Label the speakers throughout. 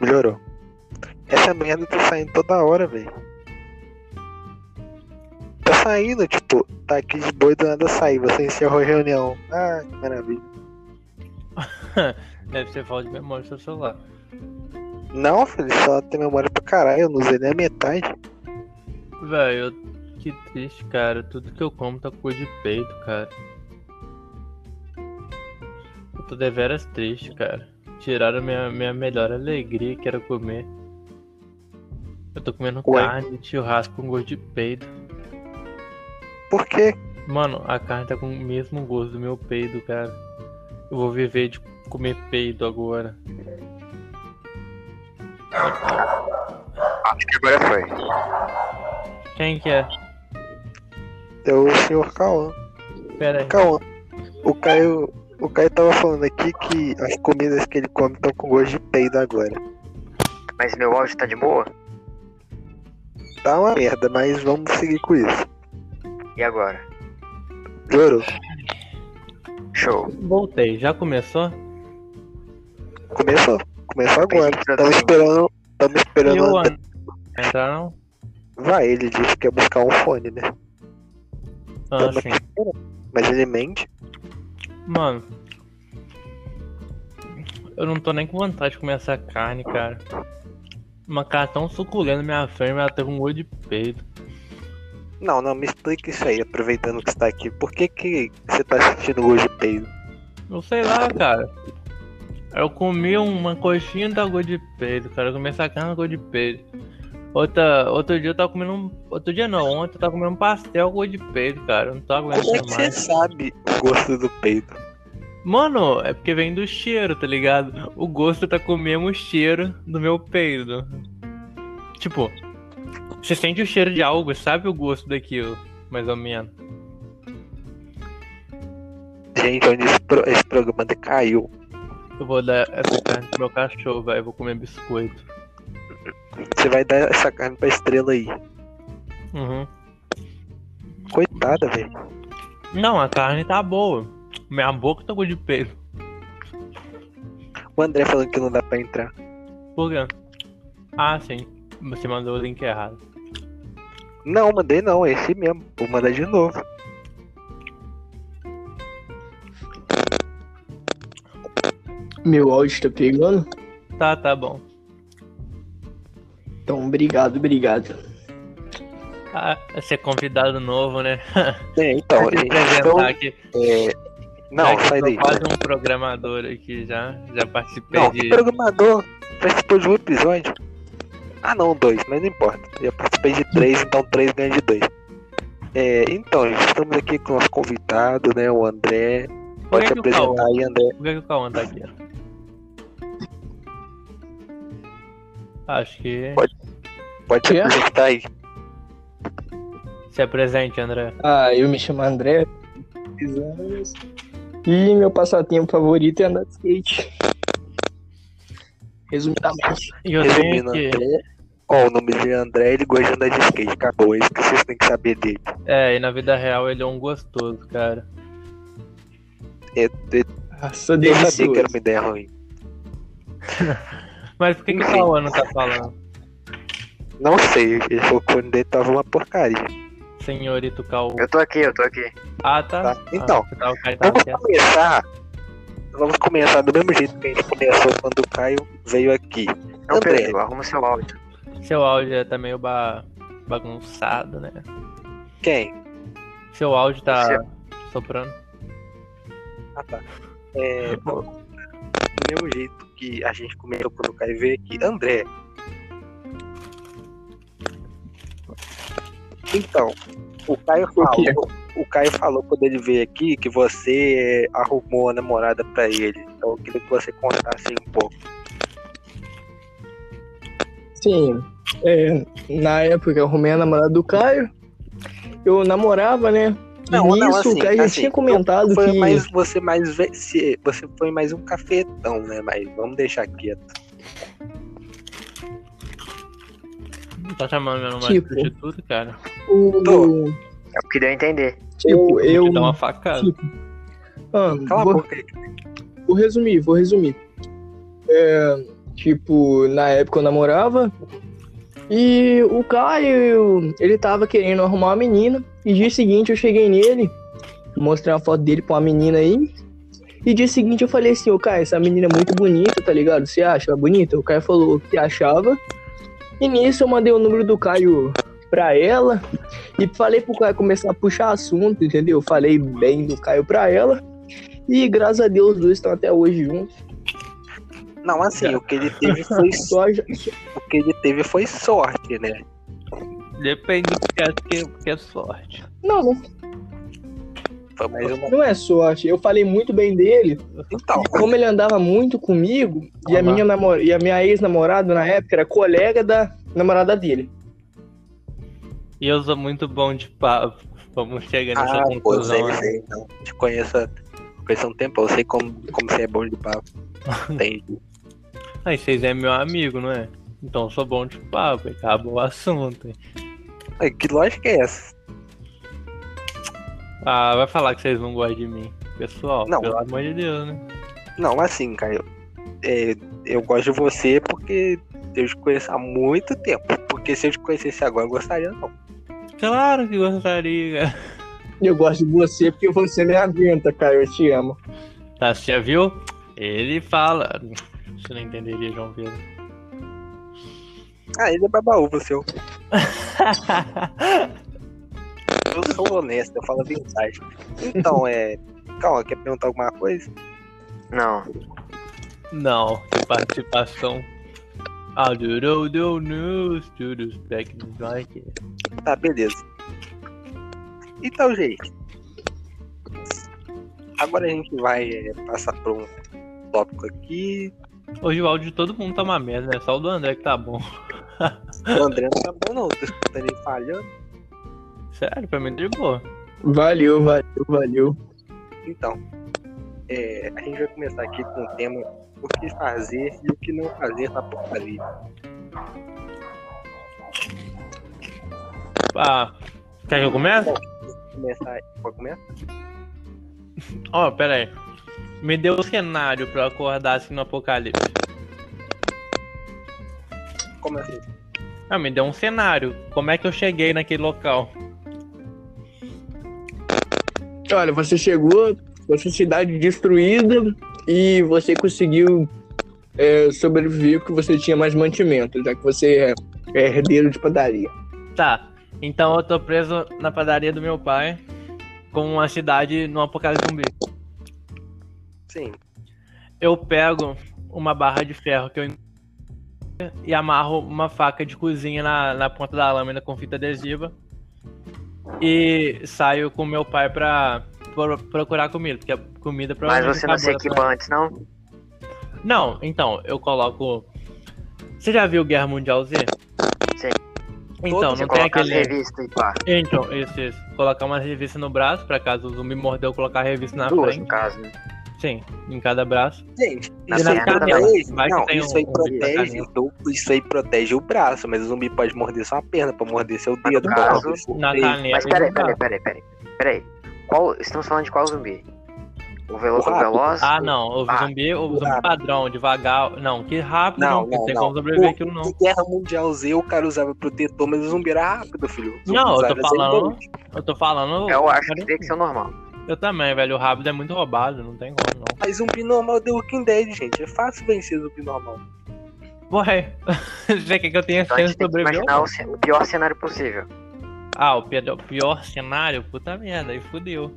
Speaker 1: Melhorou. Essa merda tá saindo toda hora, velho. Tá saindo, tipo, tá aqui de boi do nada sair. Você encerrou a reunião. Ah, que maravilha.
Speaker 2: Deve ser falta de memória do seu celular.
Speaker 1: Não, filho, só tem memória pra caralho. Eu não usei nem a metade.
Speaker 2: Velho, eu- que triste, cara. Tudo que eu como tá com cor de peito, cara. Eu tô deveras triste, cara. Tiraram minha, minha melhor alegria, que era comer. Eu tô comendo
Speaker 1: Ué?
Speaker 2: carne, churrasco com gosto de peito.
Speaker 1: Por quê?
Speaker 2: Mano, a carne tá com o mesmo gosto do meu peido, cara. Eu vou viver de comer peido agora.
Speaker 3: Acho que agora foi.
Speaker 2: Quem que é?
Speaker 1: É o senhor Cauã.
Speaker 2: Pera aí.
Speaker 1: Cauã. O Caio. O Caio tava falando aqui que as comidas que ele come estão com gosto de peido agora.
Speaker 3: Mas meu áudio tá de boa?
Speaker 1: Tá uma merda, mas vamos seguir com isso.
Speaker 3: E agora?
Speaker 1: Juro,
Speaker 3: Show.
Speaker 2: Voltei. Já começou?
Speaker 1: começou. Começou agora.
Speaker 3: Entra
Speaker 1: Tamo
Speaker 3: assim.
Speaker 1: esperando. Tamo
Speaker 2: E
Speaker 1: esperando.
Speaker 2: o
Speaker 1: André-
Speaker 2: ano? Entrar não?
Speaker 1: Vai, ele disse que ia buscar um fone, né?
Speaker 2: Ah,
Speaker 1: Tamo
Speaker 2: sim.
Speaker 1: aqui esperando. Mas ele mente.
Speaker 2: Mano, eu não tô nem com vontade de comer essa carne, cara. Uma cara tão suculenta na minha frente, mas ela tá com olho de peito.
Speaker 1: Não, não, me explica isso aí, aproveitando que você tá aqui. Por que que você tá sentindo gosto de peido?
Speaker 2: Eu sei lá, cara. Eu comi uma coxinha da gosto de peito, cara. Eu comi essa carne da gosto de peito. Outra, outro dia eu tava comendo um. Outro dia não, ontem eu tava comendo um pastel com gosto de peito, cara. Eu não tô
Speaker 1: Como é
Speaker 2: aguentando
Speaker 1: que você
Speaker 2: mais.
Speaker 1: sabe o gosto do peido?
Speaker 2: Mano, é porque vem do cheiro, tá ligado? O gosto tá com o mesmo cheiro do meu peido. Tipo, você sente o cheiro de algo, sabe o gosto daquilo, mais ou menos.
Speaker 1: Gente, onde esse, pro- esse programa decaiu.
Speaker 2: Eu vou dar essa carne pro meu cachorro, velho. Vou comer biscoito.
Speaker 1: Você vai dar essa carne pra estrela aí.
Speaker 2: Uhum.
Speaker 1: Coitada, velho.
Speaker 2: Não, a carne tá boa. Minha boca tá com de peido.
Speaker 1: O André falando que não dá pra entrar.
Speaker 2: Por quê? Ah, sim. Você mandou o link errado.
Speaker 1: Não, mandei não, é esse mesmo. Vou mandar de novo.
Speaker 4: Meu áudio tá pegando?
Speaker 2: Tá, tá bom.
Speaker 4: Então, obrigado, obrigado.
Speaker 2: Ah, você é convidado novo, né?
Speaker 1: É, então,
Speaker 2: Deixa eu
Speaker 1: gente,
Speaker 2: te apresentar
Speaker 1: então,
Speaker 2: aqui.
Speaker 1: é,
Speaker 2: Já
Speaker 1: Não,
Speaker 2: que
Speaker 1: sai
Speaker 2: eu sou
Speaker 1: daí.
Speaker 2: quase um programador aqui já. Já participei
Speaker 1: Não, que
Speaker 2: de.
Speaker 1: programador participou de um episódio. Ah não, dois, mas não importa. Eu participei de três, então três ganha de dois. É, então, gente, estamos aqui com o nosso convidado, né? O André.
Speaker 2: Por
Speaker 1: Pode
Speaker 2: que,
Speaker 1: se
Speaker 2: que o Cauã?
Speaker 1: apresentar aí, André.
Speaker 2: Por que, que o Cauã tá aqui? Acho que.
Speaker 1: Pode. Pode se
Speaker 4: Quê?
Speaker 1: apresentar aí.
Speaker 2: Se apresente, André.
Speaker 4: Ah, eu me chamo André, tenho 10 anos. E meu passatempo favorito é andar de skate. Resumidamente.
Speaker 2: E eu tenho
Speaker 1: Resumindo,
Speaker 2: que.
Speaker 1: André. Ó, o nome dele é André, ele gosta de andar de skate, acabou. É isso que vocês têm que saber dele.
Speaker 2: É, e na vida real ele é um gostoso, cara.
Speaker 1: É, é,
Speaker 4: Ah, sou
Speaker 1: eu sabia que
Speaker 4: delicioso.
Speaker 1: era uma ideia ruim.
Speaker 2: Mas por que, que o
Speaker 1: Enfim.
Speaker 2: Cauã não tá falando?
Speaker 1: Não sei, ele falou que o fone dele tava uma porcaria.
Speaker 2: Tá Senhorito Cauã.
Speaker 3: Eu tô aqui, eu tô aqui.
Speaker 2: Ah, tá.
Speaker 1: Tá, então.
Speaker 2: Ah, você tava caindo
Speaker 1: Vamos
Speaker 2: na
Speaker 1: começar. Vamos começar do mesmo jeito que a gente começou quando o Caio veio aqui.
Speaker 3: Não,
Speaker 1: André.
Speaker 3: Pedro, arruma seu áudio.
Speaker 2: tela. Seu áudio tá meio ba... bagunçado, né?
Speaker 1: Quem?
Speaker 2: Seu áudio tá
Speaker 3: Você.
Speaker 2: soprando.
Speaker 1: Ah tá. É, bom, do mesmo jeito que a gente começou quando o Caio veio aqui. André. Então, o Caio
Speaker 4: quê?
Speaker 1: falou. O Caio falou quando ele veio aqui que você é, arrumou a namorada pra ele. Então eu queria que você contasse um pouco.
Speaker 4: Sim. É, na época eu arrumei a namorada do Caio. Eu namorava, né? E
Speaker 1: Não, não,
Speaker 4: nisso
Speaker 1: assim,
Speaker 4: o Caio já
Speaker 1: assim,
Speaker 4: tinha comentado
Speaker 1: Foi
Speaker 4: que.
Speaker 1: mais você mais ve- se- você foi mais um cafetão, né? Mas vamos deixar quieto.
Speaker 2: Tá chamando meu nome
Speaker 4: Tipo.
Speaker 2: de prostituta, cara.
Speaker 4: O,
Speaker 3: É o que deu a entender.
Speaker 4: tipo, eu.
Speaker 2: Vou te dar uma facada.
Speaker 4: Tipo, ah,
Speaker 1: Então, Cala
Speaker 4: vou-
Speaker 1: a boca aí.
Speaker 4: Vou resumir, vou resumir. É, Tipo, na época eu namorava. E o Caio, ele tava querendo arrumar uma menina. E dia seguinte eu cheguei nele, mostrei uma foto dele pra uma menina aí. E dia seguinte eu falei assim, ô Caio, essa menina é muito bonita, tá ligado? Você acha ela bonita? O Caio falou que achava. E nisso eu mandei o número do Caio pra ela. E falei pro Caio começar a puxar assunto, entendeu? Falei bem do Caio pra ela. E graças a Deus os dois estão até hoje juntos.
Speaker 1: Não, assim, o que ele teve foi, so-
Speaker 4: Só já-
Speaker 1: o que ele teve foi sorte, né?
Speaker 2: Depende do que é- que é, que é sorte.
Speaker 4: Não, não,
Speaker 1: Foi mais uma.
Speaker 4: não é sorte. Eu falei muito bem dele.
Speaker 1: Então,
Speaker 4: E como ele andava muito comigo, e a
Speaker 2: Aham.
Speaker 4: minha, namor... e a minha ex-namorada na época era colega da namorada dele.
Speaker 2: E eu sou muito bom de papo. Vamos chegar nessa
Speaker 1: ah, pô, eu
Speaker 2: conclusão.
Speaker 1: sei, eu
Speaker 2: né?
Speaker 1: sei, então. Te conheço, há- conheço há um tempo, eu sei como, como você é bom de papo. Entendi.
Speaker 2: Aí vocês é meu amigo, não é? Então eu sou bom de papo, aí acaba o assunto. hein?
Speaker 1: Aí, Que lógica é essa?
Speaker 2: Ah, vai falar que vocês não gostam de mim. Pessoal,
Speaker 1: Não.
Speaker 2: pelo amor de Deus, né?
Speaker 1: Não, assim, Caio, é, eu gosto de você porque eu te conheço há muito tempo. Porque se eu te conhecesse agora, eu gostaria, não.
Speaker 2: Claro que gostaria. cara.
Speaker 4: E Eu gosto de você porque você me aguenta, Caio. Eu te amo.
Speaker 2: Tá, você já viu? Ele fala. Você não entenderia, João Pedro.
Speaker 1: Ah, ele é babaúva, seu. Eu sou honesto, eu falo a verdade. Então, é. Calma, quer perguntar alguma coisa?
Speaker 3: Não.
Speaker 2: Não, de participação. Ah, durou, deu news, studios back in like.
Speaker 1: Tá, beleza. Então, gente. Agora a gente vai é, passar por um tópico aqui.
Speaker 2: Hoje o áudio de todo mundo tá uma merda, né? Só o do André que tá bom.
Speaker 1: O André não tá bom, não. Tô escutando ele falhando.
Speaker 2: Sério, pra mim de boa.
Speaker 4: Valeu, valeu, valeu.
Speaker 1: Então, é, a gente vai começar aqui com o tema o que fazer e o que não fazer na portaria.
Speaker 2: Ah, quer que eu comece?
Speaker 1: Começar. Pode começar?
Speaker 2: Ó, pera aí. Me deu o cenário pra eu acordar assim no apocalipse.
Speaker 1: Como assim?
Speaker 2: Ah, me deu um cenário. Como é que eu cheguei naquele local?
Speaker 4: Olha, você chegou, você é cidade destruída e você conseguiu é, sobreviver porque você tinha mais mantimento, já que você é, é herdeiro de padaria.
Speaker 2: Tá, então eu tô preso na padaria do meu pai com uma cidade no apocalipse zumbi.
Speaker 1: Sim.
Speaker 2: Eu pego uma barra de ferro que eu en- e amarro uma faca de cozinha na, na ponta da lâmina com fita adesiva e saio com meu pai pra pro- procurar comida, porque a comida
Speaker 3: Mas
Speaker 2: provavelmente
Speaker 3: você não se
Speaker 2: acabou
Speaker 3: equipa antes, não?
Speaker 2: Não, então, eu coloco. Você já viu Guerra Mundial Z?
Speaker 3: Sim.
Speaker 2: Então,
Speaker 1: Todos
Speaker 2: não tem
Speaker 3: Colocar as
Speaker 2: aquele.
Speaker 3: revistas e pá.
Speaker 2: Então, isso, isso. Colocar uma revista no braço, pra caso o zumbi mordeu, colocar a revista na
Speaker 3: Duas, no
Speaker 2: frente.
Speaker 3: caso. né?
Speaker 2: Sim, em cada braço.
Speaker 1: Gente,
Speaker 3: Na
Speaker 1: isso aí,
Speaker 3: perna
Speaker 1: protege,
Speaker 2: também. Vai que
Speaker 1: não,
Speaker 2: tem
Speaker 1: isso
Speaker 2: um-
Speaker 1: aí
Speaker 2: um
Speaker 1: protege.
Speaker 2: bicho
Speaker 1: o- Isso aí protege o braço, mas o zumbi pode morder só a perna pra morder seu
Speaker 3: no
Speaker 1: dedo.
Speaker 3: caso,
Speaker 1: pode, seu
Speaker 2: Na
Speaker 1: peito.
Speaker 2: caneta.
Speaker 3: Mas
Speaker 2: e
Speaker 3: peraí,
Speaker 2: no
Speaker 3: peraí,
Speaker 2: braço.
Speaker 3: peraí, peraí. Peraí. Qual... Estamos falando de qual zumbi? O, velo...
Speaker 1: O
Speaker 3: o
Speaker 1: rato.
Speaker 3: veloz?
Speaker 2: Ah, não. O
Speaker 3: Ah,
Speaker 2: zumbi, o
Speaker 1: claro.
Speaker 2: zumbi padrão, devagar. Não, que rápido
Speaker 1: Não,
Speaker 2: não, que
Speaker 1: não,
Speaker 2: tem
Speaker 1: não.
Speaker 2: como sobreviver
Speaker 1: O-
Speaker 2: aquilo não.
Speaker 1: Em Guerra Mundial Z, o cara usava protetor, mas o zumbi era rápido, filho. O zumbi
Speaker 2: Não, eu tô
Speaker 1: usava sem
Speaker 2: falando-
Speaker 1: dente.
Speaker 2: Eu tô falando.
Speaker 3: Eu acho que teria que ser o normal.
Speaker 2: Eu também, velho. O rápido é muito roubado, não tem como não.
Speaker 1: Mas zumbi normal deu Walking Dead, gente. É fácil vencer zumbi normal.
Speaker 2: Ué, você quer que eu tenha
Speaker 3: Então a
Speaker 2: chance de
Speaker 3: gente tem que
Speaker 2: sobreviver?
Speaker 3: imaginar o, ce- o pior cenário possível.
Speaker 2: Ah, o pior, pior cenário? Puta merda, aí fudeu.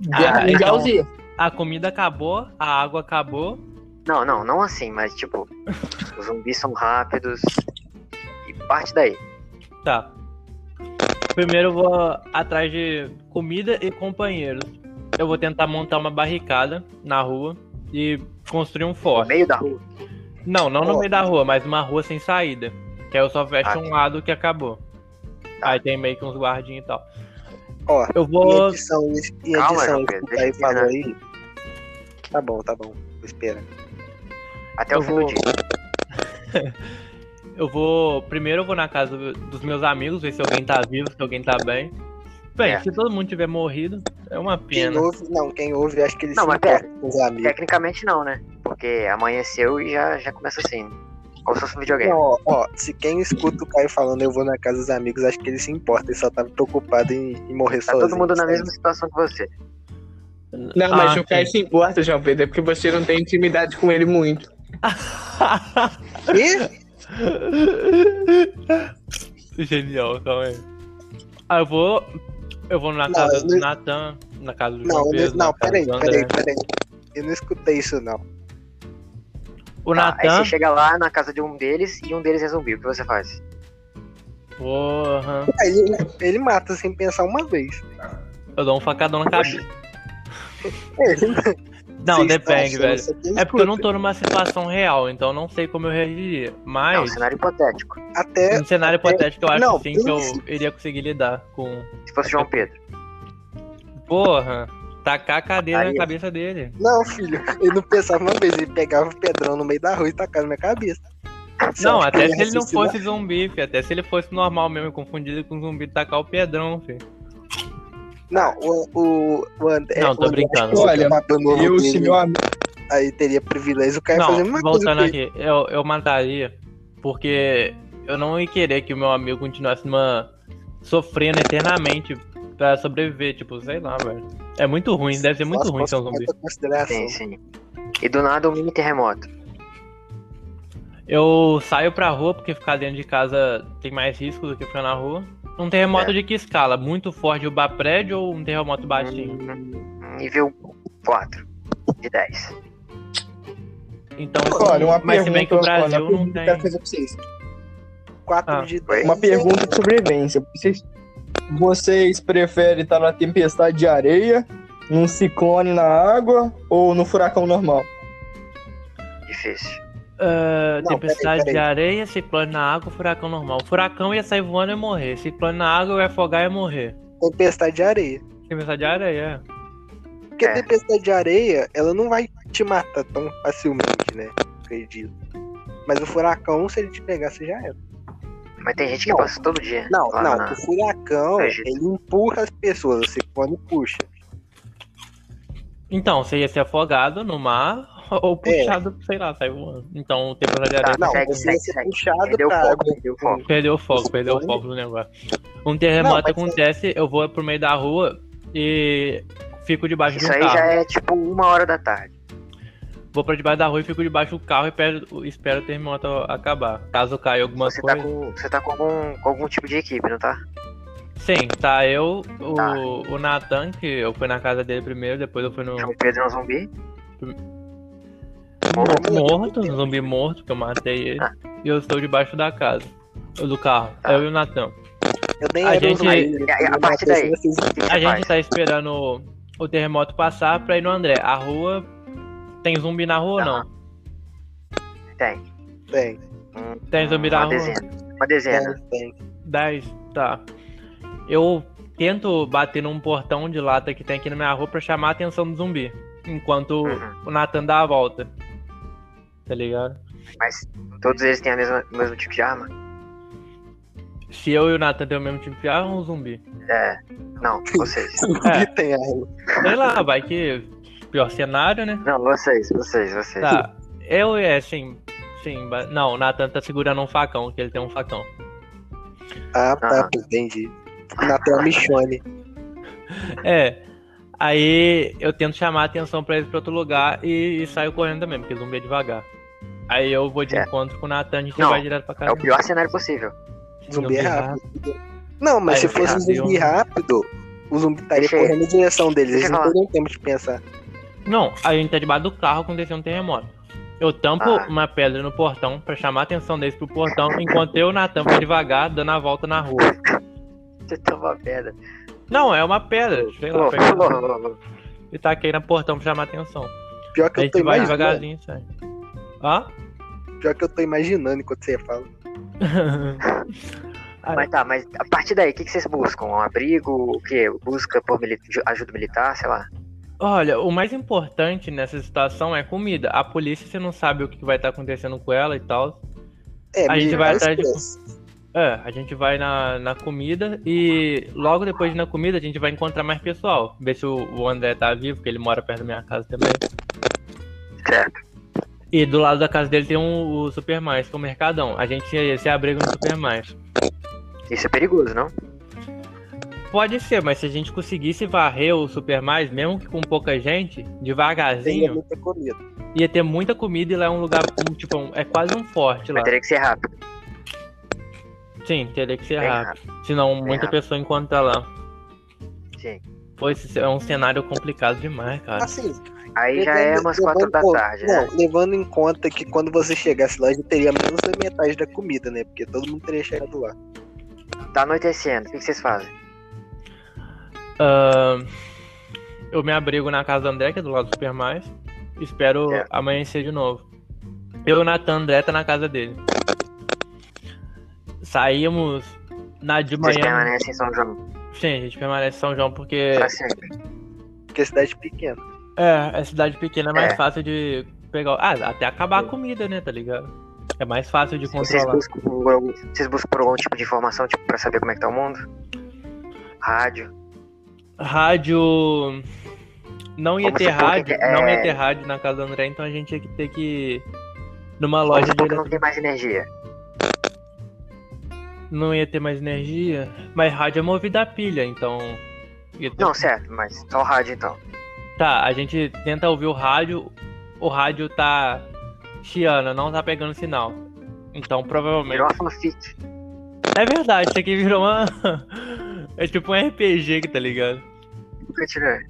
Speaker 4: Guerra
Speaker 2: Ah,
Speaker 4: Mundial
Speaker 2: então-
Speaker 4: Z.
Speaker 2: A comida acabou, a água acabou.
Speaker 3: Não, não, não assim, mas tipo, os zumbis são rápidos. E parte daí.
Speaker 2: Tá. Primeiro eu vou atrás de comida e companheiros. Eu vou tentar montar uma barricada na rua e construir um
Speaker 3: No
Speaker 2: forte.
Speaker 3: meio da rua.
Speaker 2: Não, não no
Speaker 1: Ó.
Speaker 2: meio da rua, mas uma rua sem saída. Que aí eu só fecho
Speaker 3: Ah,
Speaker 2: um lado que acabou.
Speaker 3: Tá.
Speaker 2: Aí tem meio que uns guardinhos e tal.
Speaker 1: Ó,
Speaker 2: Eu
Speaker 1: em
Speaker 2: vou.
Speaker 1: edição, em
Speaker 3: Calma,
Speaker 1: edição,
Speaker 3: João Pedro,
Speaker 1: o Caio
Speaker 3: deixa eu
Speaker 1: falou aí. Tá bom, tá bom. Vou esperar.
Speaker 3: Até
Speaker 2: Eu
Speaker 3: o fim
Speaker 2: vou-
Speaker 3: do dia.
Speaker 2: Eu vou. Primeiro eu vou na casa do- dos meus amigos, ver se alguém tá vivo, se alguém tá bem. Bem,
Speaker 3: É.
Speaker 2: se todo mundo tiver morrido, é uma
Speaker 1: Quem
Speaker 2: pena.
Speaker 1: ouve, não, quem ouve, acho que ele
Speaker 3: Não,
Speaker 1: se
Speaker 3: mas
Speaker 1: importa com os amigos.
Speaker 3: Tecnicamente não, né? Pô, porque amanheceu e já, já começa assim. Como se fosse um videogame.
Speaker 1: Ó, ó, se quem escuta o Caio falando eu vou na casa dos amigos, acho que ele se importa, ele só tá preocupado em, em morrer
Speaker 3: Tá
Speaker 1: sozinho.
Speaker 3: todo mundo na
Speaker 1: sabe?
Speaker 3: mesma situação que você.
Speaker 4: Não, mas
Speaker 2: Ah,
Speaker 4: o Caio se importa, João Pedro, é porque você não tem intimidade com ele muito.
Speaker 1: Ih,
Speaker 2: Genial, calma aí. Ah, eu vou. Eu vou na casa do
Speaker 1: não-
Speaker 2: Natan, na casa do
Speaker 1: Não,
Speaker 2: João
Speaker 1: não,
Speaker 2: Pedro, na
Speaker 1: não,
Speaker 2: casa
Speaker 1: peraí,
Speaker 2: do André.
Speaker 1: peraí, peraí. Eu não escutei isso não.
Speaker 2: O
Speaker 1: Ah,
Speaker 3: Tá, aí
Speaker 1: é
Speaker 2: Natan.
Speaker 3: você chega lá na casa de um deles e um deles é zumbi. O que você faz?
Speaker 2: Porra.
Speaker 1: Ele, ele mata sem pensar uma vez.
Speaker 2: Eu dou um facadão na cabeça. Não,
Speaker 1: Vocês
Speaker 2: depende,
Speaker 1: estão
Speaker 2: velho.
Speaker 1: achando isso aqui?
Speaker 2: É porque eu não tô numa situação real, então eu não sei como eu reagiria.
Speaker 3: É um
Speaker 2: Mas,
Speaker 3: cenário hipotético.
Speaker 1: Até
Speaker 2: num cenário hipotético, eu acho
Speaker 1: é- Não,
Speaker 2: sim que eu
Speaker 1: pensa.
Speaker 2: iria conseguir lidar com.
Speaker 3: Se fosse
Speaker 1: É
Speaker 3: João Pedro.
Speaker 2: Porra, tacar a cadeira
Speaker 3: Aí,
Speaker 2: na
Speaker 3: ó.
Speaker 2: cabeça dele.
Speaker 1: Não, filho, ele não pensava uma vez, ele pegava o pedrão no meio da rua e tacava na minha cabeça. Você
Speaker 2: Não,
Speaker 1: acha que
Speaker 2: até
Speaker 1: eu ia
Speaker 2: se ele não
Speaker 1: raciocinar?
Speaker 2: fosse zumbi, fi. Até se ele fosse normal mesmo, confundido com zumbi, tacar o pedrão, fi.
Speaker 1: Não, o, o, o André.
Speaker 2: Não, tô
Speaker 1: o André
Speaker 2: brincando.
Speaker 1: que você
Speaker 4: Olha,
Speaker 1: matou no
Speaker 4: Eu,
Speaker 1: dele,
Speaker 4: se meu amigo.
Speaker 1: Aí teria privilégio, o cara ia fazer a
Speaker 2: Não,
Speaker 1: mesma coisa.
Speaker 2: voltando
Speaker 1: que ele.
Speaker 2: aqui, eu, eu mataria, porque eu não ia querer que o meu amigo continuasse numa... sofrendo eternamente pra sobreviver, tipo, sei lá, velho. É muito ruim, deve ser muito
Speaker 1: Só
Speaker 2: ruim
Speaker 1: se
Speaker 2: ser um
Speaker 1: fosse
Speaker 2: zumbi.
Speaker 1: essa consideração.
Speaker 3: Sim, sim. E do nada um mini terremoto.
Speaker 2: Eu saio pra rua, porque ficar dentro de casa tem mais risco do que ficar na rua. Um terremoto
Speaker 3: É.
Speaker 2: de que escala? Muito forte derrubar prédio ou um terremoto baixinho?
Speaker 3: Hum, Nível 4 de 10.
Speaker 2: Então,
Speaker 4: Olha, uma
Speaker 2: mas se bem que o
Speaker 4: pergunta, olha,
Speaker 2: Brasil
Speaker 4: uma
Speaker 2: não
Speaker 4: pergunta que
Speaker 2: tem...
Speaker 4: eu quero fazer pra vocês.
Speaker 1: Quatro
Speaker 2: Ah.
Speaker 1: de né?
Speaker 3: Uma
Speaker 4: Uma pergunta de sobrevivência. Vocês, vocês preferem estar na tempestade de areia, num ciclone na água ou no furacão normal?
Speaker 3: Difícil.
Speaker 2: Ah,
Speaker 1: Não,
Speaker 2: tempestade
Speaker 1: peraí, peraí.
Speaker 2: de areia, ciclone na água, furacão normal. Furacão ia sair voando e ia morrer. Ciclone na água, eu ia afogar e ia morrer.
Speaker 1: Tempestade de areia.
Speaker 2: Tempestade de areia, é.
Speaker 1: Porque
Speaker 3: É.
Speaker 1: a tempestade de areia, ela não vai te matar tão facilmente, né? Acredito. Mas o furacão, se ele te pegar, você já era.
Speaker 3: Mas tem gente que
Speaker 1: Não.
Speaker 3: passa todo dia.
Speaker 1: Não,
Speaker 3: lá
Speaker 1: não.
Speaker 3: na-
Speaker 1: O furacão,
Speaker 3: É, gente.
Speaker 1: ele empurra as pessoas. Você quando puxa.
Speaker 2: Então, você ia ser afogado no mar ou
Speaker 4: É.
Speaker 2: puxado, sei lá, sai voando. Então, tempestade de areia.
Speaker 3: Tá,
Speaker 1: Não,
Speaker 3: segue,
Speaker 1: você ia
Speaker 3: segue,
Speaker 1: ser
Speaker 3: segue.
Speaker 1: puxado
Speaker 3: Perdeu o
Speaker 1: pra
Speaker 3: foco,
Speaker 1: água.
Speaker 3: perdeu o foco.
Speaker 2: Perdeu o foco,
Speaker 1: Isso
Speaker 2: perdeu o
Speaker 1: foi?
Speaker 2: foco do negócio. Um terremoto
Speaker 1: Não, mas-
Speaker 2: acontece, eu vou pro meio da rua e fico debaixo
Speaker 3: Isso
Speaker 2: de um
Speaker 3: aí
Speaker 2: carro.
Speaker 3: já é tipo uma hora da tarde.
Speaker 2: Vou pra debaixo da rua e fico debaixo do carro e espero, espero o terremoto acabar. Caso caia alguma
Speaker 3: Você tá,
Speaker 2: coisa.
Speaker 3: com, você tá com algum, com algum tipo de equipe, não tá?
Speaker 2: Sim, tá eu, o,
Speaker 3: Tá.
Speaker 2: o Natan, que eu fui na casa dele primeiro, depois eu fui no
Speaker 3: João Pedro é um zumbi.
Speaker 2: morto, no zumbi morto, que eu matei ele.
Speaker 3: Ah.
Speaker 2: E eu estou debaixo da casa, do carro,
Speaker 3: Tá.
Speaker 2: eu e o Natan.
Speaker 1: Eu nem
Speaker 2: A
Speaker 1: era um
Speaker 2: gente-
Speaker 1: zumbi,
Speaker 3: a- a
Speaker 1: eu
Speaker 3: partir
Speaker 1: matei
Speaker 3: daí.
Speaker 1: vocês.
Speaker 3: O que que
Speaker 2: A
Speaker 3: você
Speaker 2: gente
Speaker 3: faz?
Speaker 2: tá esperando o, o terremoto passar pra ir no André. A rua, tem zumbi na rua ou
Speaker 3: Tá.
Speaker 2: não?
Speaker 3: Tem.
Speaker 1: Tem, né?
Speaker 2: Tem zumbi na
Speaker 3: uma
Speaker 2: rua?
Speaker 3: dezena. Uma dezena.
Speaker 1: tem, tem.
Speaker 2: 10, tá. Eu tento bater num portão de lata que tem aqui na minha rua pra chamar a atenção do zumbi. Enquanto
Speaker 3: Uhum.
Speaker 2: o Natan dá a volta. Tá ligado?
Speaker 3: Mas todos eles têm a mesma, o mesmo tipo de arma?
Speaker 2: Se eu e o Natan tem o mesmo tipo de arma, um zumbi.
Speaker 3: É. Não, vocês.
Speaker 2: É.
Speaker 1: Zumbi tem arma.
Speaker 2: Sei lá, vai que. Pior cenário, né?
Speaker 3: Não, vocês, vocês, vocês.
Speaker 2: Tá. Eu é, sim. Sim, ba- não, o Natan tá segurando um facão, que ele tem um facão.
Speaker 1: Ah, tá,
Speaker 3: Aham.
Speaker 1: entendi. Natal Michone.
Speaker 2: É. Aí eu tento chamar a atenção pra eles pra outro lugar e, e saio correndo também, porque zumbi é devagar. Aí eu vou de
Speaker 3: É.
Speaker 2: encontro com o Natan e a gente
Speaker 3: Não,
Speaker 2: vai direto pra casa.
Speaker 3: É o pior cenário possível.
Speaker 1: Zumbi é rápido. Não, mas
Speaker 2: Aí, né?
Speaker 1: se fosse um
Speaker 2: zumbi
Speaker 1: zumbi rápido, o zumbi estaria
Speaker 3: Deixa eu-
Speaker 1: correndo na direção deles. Eles
Speaker 3: deixa eu
Speaker 1: não
Speaker 3: falar.
Speaker 1: teriam tempo de pensar.
Speaker 2: Não, a gente tá debaixo do carro aconteceu um terremoto. Eu tampo
Speaker 3: Ah.
Speaker 2: uma pedra no portão pra chamar a atenção deles pro portão, enquanto eu e o Natan vai devagar dando a volta na rua.
Speaker 3: Você toma uma pedra.
Speaker 2: Não, é uma pedra, sei lá,
Speaker 3: Ô,
Speaker 2: peguei
Speaker 3: ô, ô, ô.
Speaker 2: e taquei no portão pra chamar a atenção.
Speaker 1: Pior que
Speaker 2: A
Speaker 1: eu tô
Speaker 2: gente vai
Speaker 1: imaginando.
Speaker 2: devagarzinho, sai. Hã?
Speaker 1: Pior que eu tô imaginando enquanto você fala.
Speaker 3: Mas tá, mas a partir daí, o que, que vocês buscam? Um abrigo? O quê? Busca por mili- ju- ajuda militar, sei lá?
Speaker 2: Olha, o mais importante nessa situação é comida. A polícia, você não sabe o que vai estar acontecendo com ela e tal.
Speaker 1: É,
Speaker 2: A gente
Speaker 1: menino,
Speaker 2: vai
Speaker 1: é
Speaker 2: atrás de-
Speaker 1: expresso.
Speaker 2: É, a gente vai na, na comida e logo depois de na comida a gente vai encontrar mais pessoal. Ver se o, o André tá vivo, porque ele mora perto da minha casa também.
Speaker 3: Certo.
Speaker 2: E do lado da casa dele tem um, o Super Mais, que é o Mercadão. A gente se- se abriga no Super Mais.
Speaker 3: Isso é perigoso, não?
Speaker 2: Pode ser, mas se a gente conseguisse varrer o Super Mais, mesmo que com pouca gente,
Speaker 1: Tem
Speaker 2: devagarzinho,
Speaker 1: muita comida.
Speaker 2: ia ter muita comida e lá é um lugar, um, tipo, um- é quase um forte lá.
Speaker 3: Mas teria que ser rápido.
Speaker 2: Sim, teria que ser
Speaker 3: Bem
Speaker 2: rápido. Senão muita
Speaker 3: rápido.
Speaker 2: pessoa encontra lá.
Speaker 3: Sim.
Speaker 2: Pô, esse é um cenário complicado demais, cara.
Speaker 1: Assim,
Speaker 3: Aí já é umas quatro da
Speaker 1: pô,
Speaker 3: tarde,
Speaker 1: não,
Speaker 3: né?
Speaker 1: levando em conta que quando você chegasse lá, a gente teria menos da metade da comida, né? Porque todo mundo teria chegado lá.
Speaker 3: Tá anoitecendo, o que que vocês fazem?
Speaker 2: Ahn, eu me abrigo na casa do André, que é do lado do Super Mais. Espero
Speaker 3: É.
Speaker 2: amanhecer de novo. Eu e o Natan André tá na casa dele. Saímos na de
Speaker 3: Vocês
Speaker 2: manhã. É.
Speaker 3: permanecem em São João
Speaker 2: Sim, a gente permanece em São João porque
Speaker 3: pra sempre.
Speaker 1: Porque a cidade é pequena.
Speaker 2: é, a cidade pequena é mais
Speaker 3: É.
Speaker 2: fácil de pegar. Ah, até acabar a comida, né? Tá ligado? É mais fácil de
Speaker 3: Vocês
Speaker 2: controlar.
Speaker 3: buscam, por algum, vocês buscam por algum tipo de informação, tipo, pra saber como é que tá o mundo? Rádio.
Speaker 2: Rádio. Não ia
Speaker 3: Vamos
Speaker 2: ter
Speaker 3: supor que
Speaker 2: rádio.
Speaker 3: é-
Speaker 2: Não ia ter rádio na casa do André, então a gente ia ter que ir numa
Speaker 3: Vamos
Speaker 2: loja de
Speaker 3: supor que tipo, não
Speaker 2: eletro-
Speaker 3: tem mais energia.
Speaker 2: Não ia ter mais energia. Mas rádio é movida a pilha, então. ia ter-
Speaker 3: Não, certo, mas só o rádio então.
Speaker 2: Tá, a gente tenta ouvir o rádio. O rádio tá. Chiana, não tá pegando sinal. Então provavelmente.
Speaker 3: Melhor fanfic.
Speaker 2: É verdade, isso aqui virou uma. é tipo um RPG que tá ligado.
Speaker 3: Continua.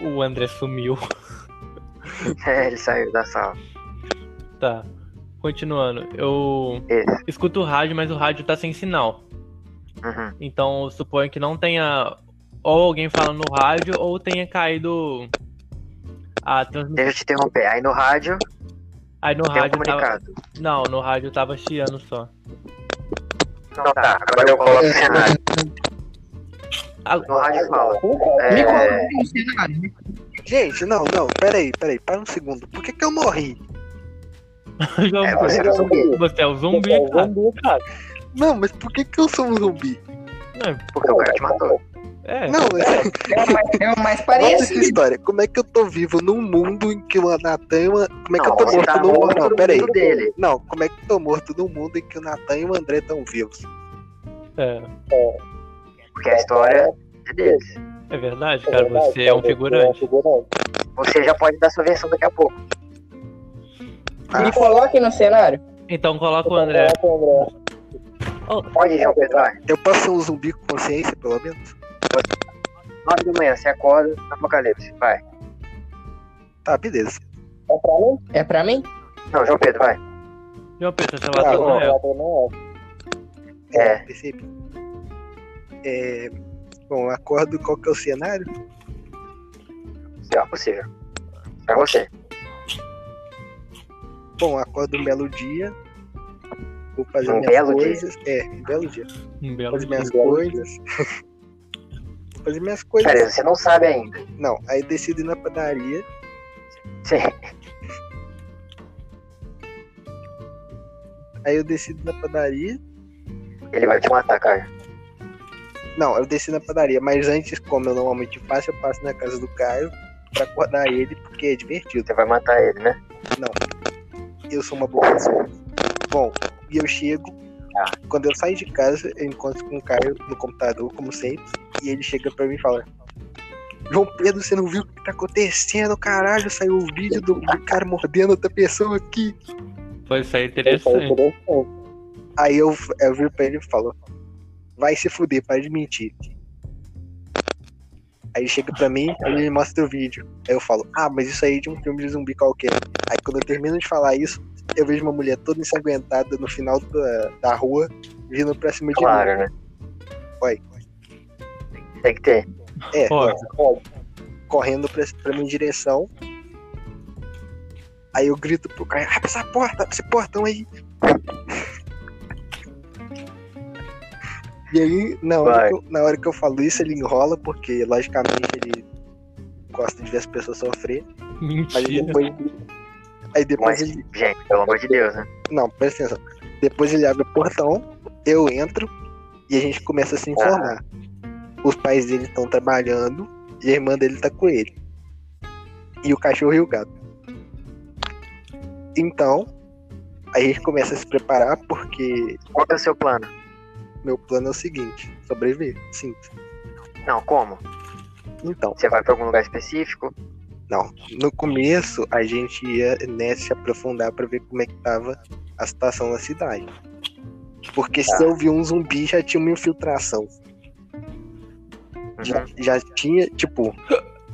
Speaker 2: O André sumiu.
Speaker 3: É, ele saiu da sala.
Speaker 2: Tá. Continuando. Eu.
Speaker 3: Isso.
Speaker 2: escuto o rádio, mas o rádio tá sem sinal.
Speaker 3: Uhum.
Speaker 2: Então eu suponho que não tenha ou alguém falando no rádio ou tenha caído a transmissão.
Speaker 3: Deixa eu te interromper. Aí no rádio
Speaker 2: Aí no
Speaker 3: tem um
Speaker 2: rádio tava.
Speaker 3: comunicado.
Speaker 2: Não, no rádio tava chiando só.
Speaker 3: Não, tá, agora eu coloco o cenário.
Speaker 2: Ah,
Speaker 3: No rádio fala.
Speaker 4: Me
Speaker 3: É,
Speaker 4: coloca no cenário.
Speaker 1: Gente, não, não, peraí, peraí, para um segundo. Por que, que eu morri?
Speaker 2: João,
Speaker 3: é, você era um zumbi.
Speaker 2: Então você é o zumbi,
Speaker 1: um
Speaker 2: cara.
Speaker 1: Não, mas por que, que eu sou um zumbi?
Speaker 3: Porque o cara te matou.
Speaker 2: É,
Speaker 1: Não, mas
Speaker 4: É o mais
Speaker 1: olha essa
Speaker 4: parecido.
Speaker 1: história. Como é que eu tô vivo num mundo em que o Natan e o... Como é que
Speaker 3: Não,
Speaker 1: eu tô
Speaker 3: você
Speaker 1: morto
Speaker 3: tá
Speaker 1: num
Speaker 3: morto
Speaker 1: Não,
Speaker 3: no
Speaker 1: peraí.
Speaker 3: mundo dele.
Speaker 1: Não, como é que eu tô morto num mundo em que o Natan e o André estão vivos?
Speaker 2: é.
Speaker 3: Porque a história é deles.
Speaker 2: É verdade, cara, você é um figurante.
Speaker 3: Você já pode dar sua versão daqui a pouco.
Speaker 4: Me coloque no cenário.
Speaker 2: Então coloca o André.
Speaker 3: Pode, João Pedro. vai.
Speaker 1: Eu posso ser um zumbi com consciência, pelo menos?
Speaker 3: Nove da manhã, você acorda, apocalipse. Vai.
Speaker 1: Tá, beleza.
Speaker 4: É pra mim?
Speaker 3: Não, João Pedro, vai.
Speaker 2: João Pedro, você
Speaker 1: Tá
Speaker 2: bateu
Speaker 1: bom.
Speaker 2: com ela.
Speaker 3: É.
Speaker 1: Percebi. É... Bom, acordo qual que é o cenário?
Speaker 3: Se é possível. Pra você.
Speaker 1: Bom, acordo um belo dia. Vou fazer
Speaker 3: Um
Speaker 1: minhas
Speaker 3: belo dia?
Speaker 1: coisas. É, um belo dia.
Speaker 2: Um
Speaker 1: Vou
Speaker 2: belo
Speaker 1: fazer minhas
Speaker 2: dia.
Speaker 1: coisas. Vou fazer minhas coisas.
Speaker 3: Beleza, você não sabe ainda.
Speaker 1: Não, aí decido ir na padaria.
Speaker 3: Sim.
Speaker 1: Aí eu decido na padaria.
Speaker 3: Ele vai te matar, cara.
Speaker 1: Não, eu desci na padaria, mas antes, como eu normalmente faço, eu passo na casa do Caio pra acordar ele, porque é divertido.
Speaker 3: Você vai matar ele, né?
Speaker 1: Eu sou uma boa pessoa. Bom, e eu chego. Quando eu saio de casa, eu encontro com o Caio no computador, como sempre, e ele chega pra mim e fala: João Pedro, você não viu o que tá acontecendo, caralho? Saiu o vídeo do do cara mordendo outra pessoa aqui.
Speaker 2: Foi isso aí é interessante.
Speaker 1: Aí eu, eu viro pra ele e falo: Vai se fuder, para de mentir. Aí ele chega pra mim, aí ele me mostra o vídeo. Aí eu falo: Ah, mas isso aí é de um filme de zumbi qualquer. Aí quando eu termino de falar isso, eu vejo uma mulher toda ensanguentada no final da, da rua, vindo pra cima de
Speaker 3: Claro, né?
Speaker 1: mim. Vai.
Speaker 3: Tem que ter.
Speaker 1: É,
Speaker 2: Ó,
Speaker 1: correndo pra, pra minha direção. Aí eu grito pro cara: Abre essa porta, abre esse portão aí. E aí, na hora,
Speaker 3: Vai.
Speaker 1: que eu, na hora que eu falo isso, ele enrola, porque logicamente ele gosta de ver as pessoas sofrer. Mas
Speaker 2: mentira.
Speaker 1: depois. Aí depois
Speaker 3: Mas,
Speaker 1: ele.
Speaker 3: gente, pelo amor de Deus, né?
Speaker 1: Não, presta atenção. Depois ele abre o portão, eu entro e a gente começa a se informar. Os pais dele estão trabalhando e a irmã dele tá com ele. E o cachorro e o gato. Então, aí a gente começa a se preparar, porque
Speaker 3: Qual que é o seu plano?
Speaker 1: meu plano é o seguinte: sobreviver. Sinto.
Speaker 3: Não, como?
Speaker 1: Então,
Speaker 3: Você vai pra algum lugar específico?
Speaker 1: não. No começo, a gente ia né, se aprofundar pra ver como é que tava a situação na cidade. Porque se eu vi um zumbi, já tinha uma infiltração. já,
Speaker 3: Uhum.
Speaker 1: já tinha, tipo,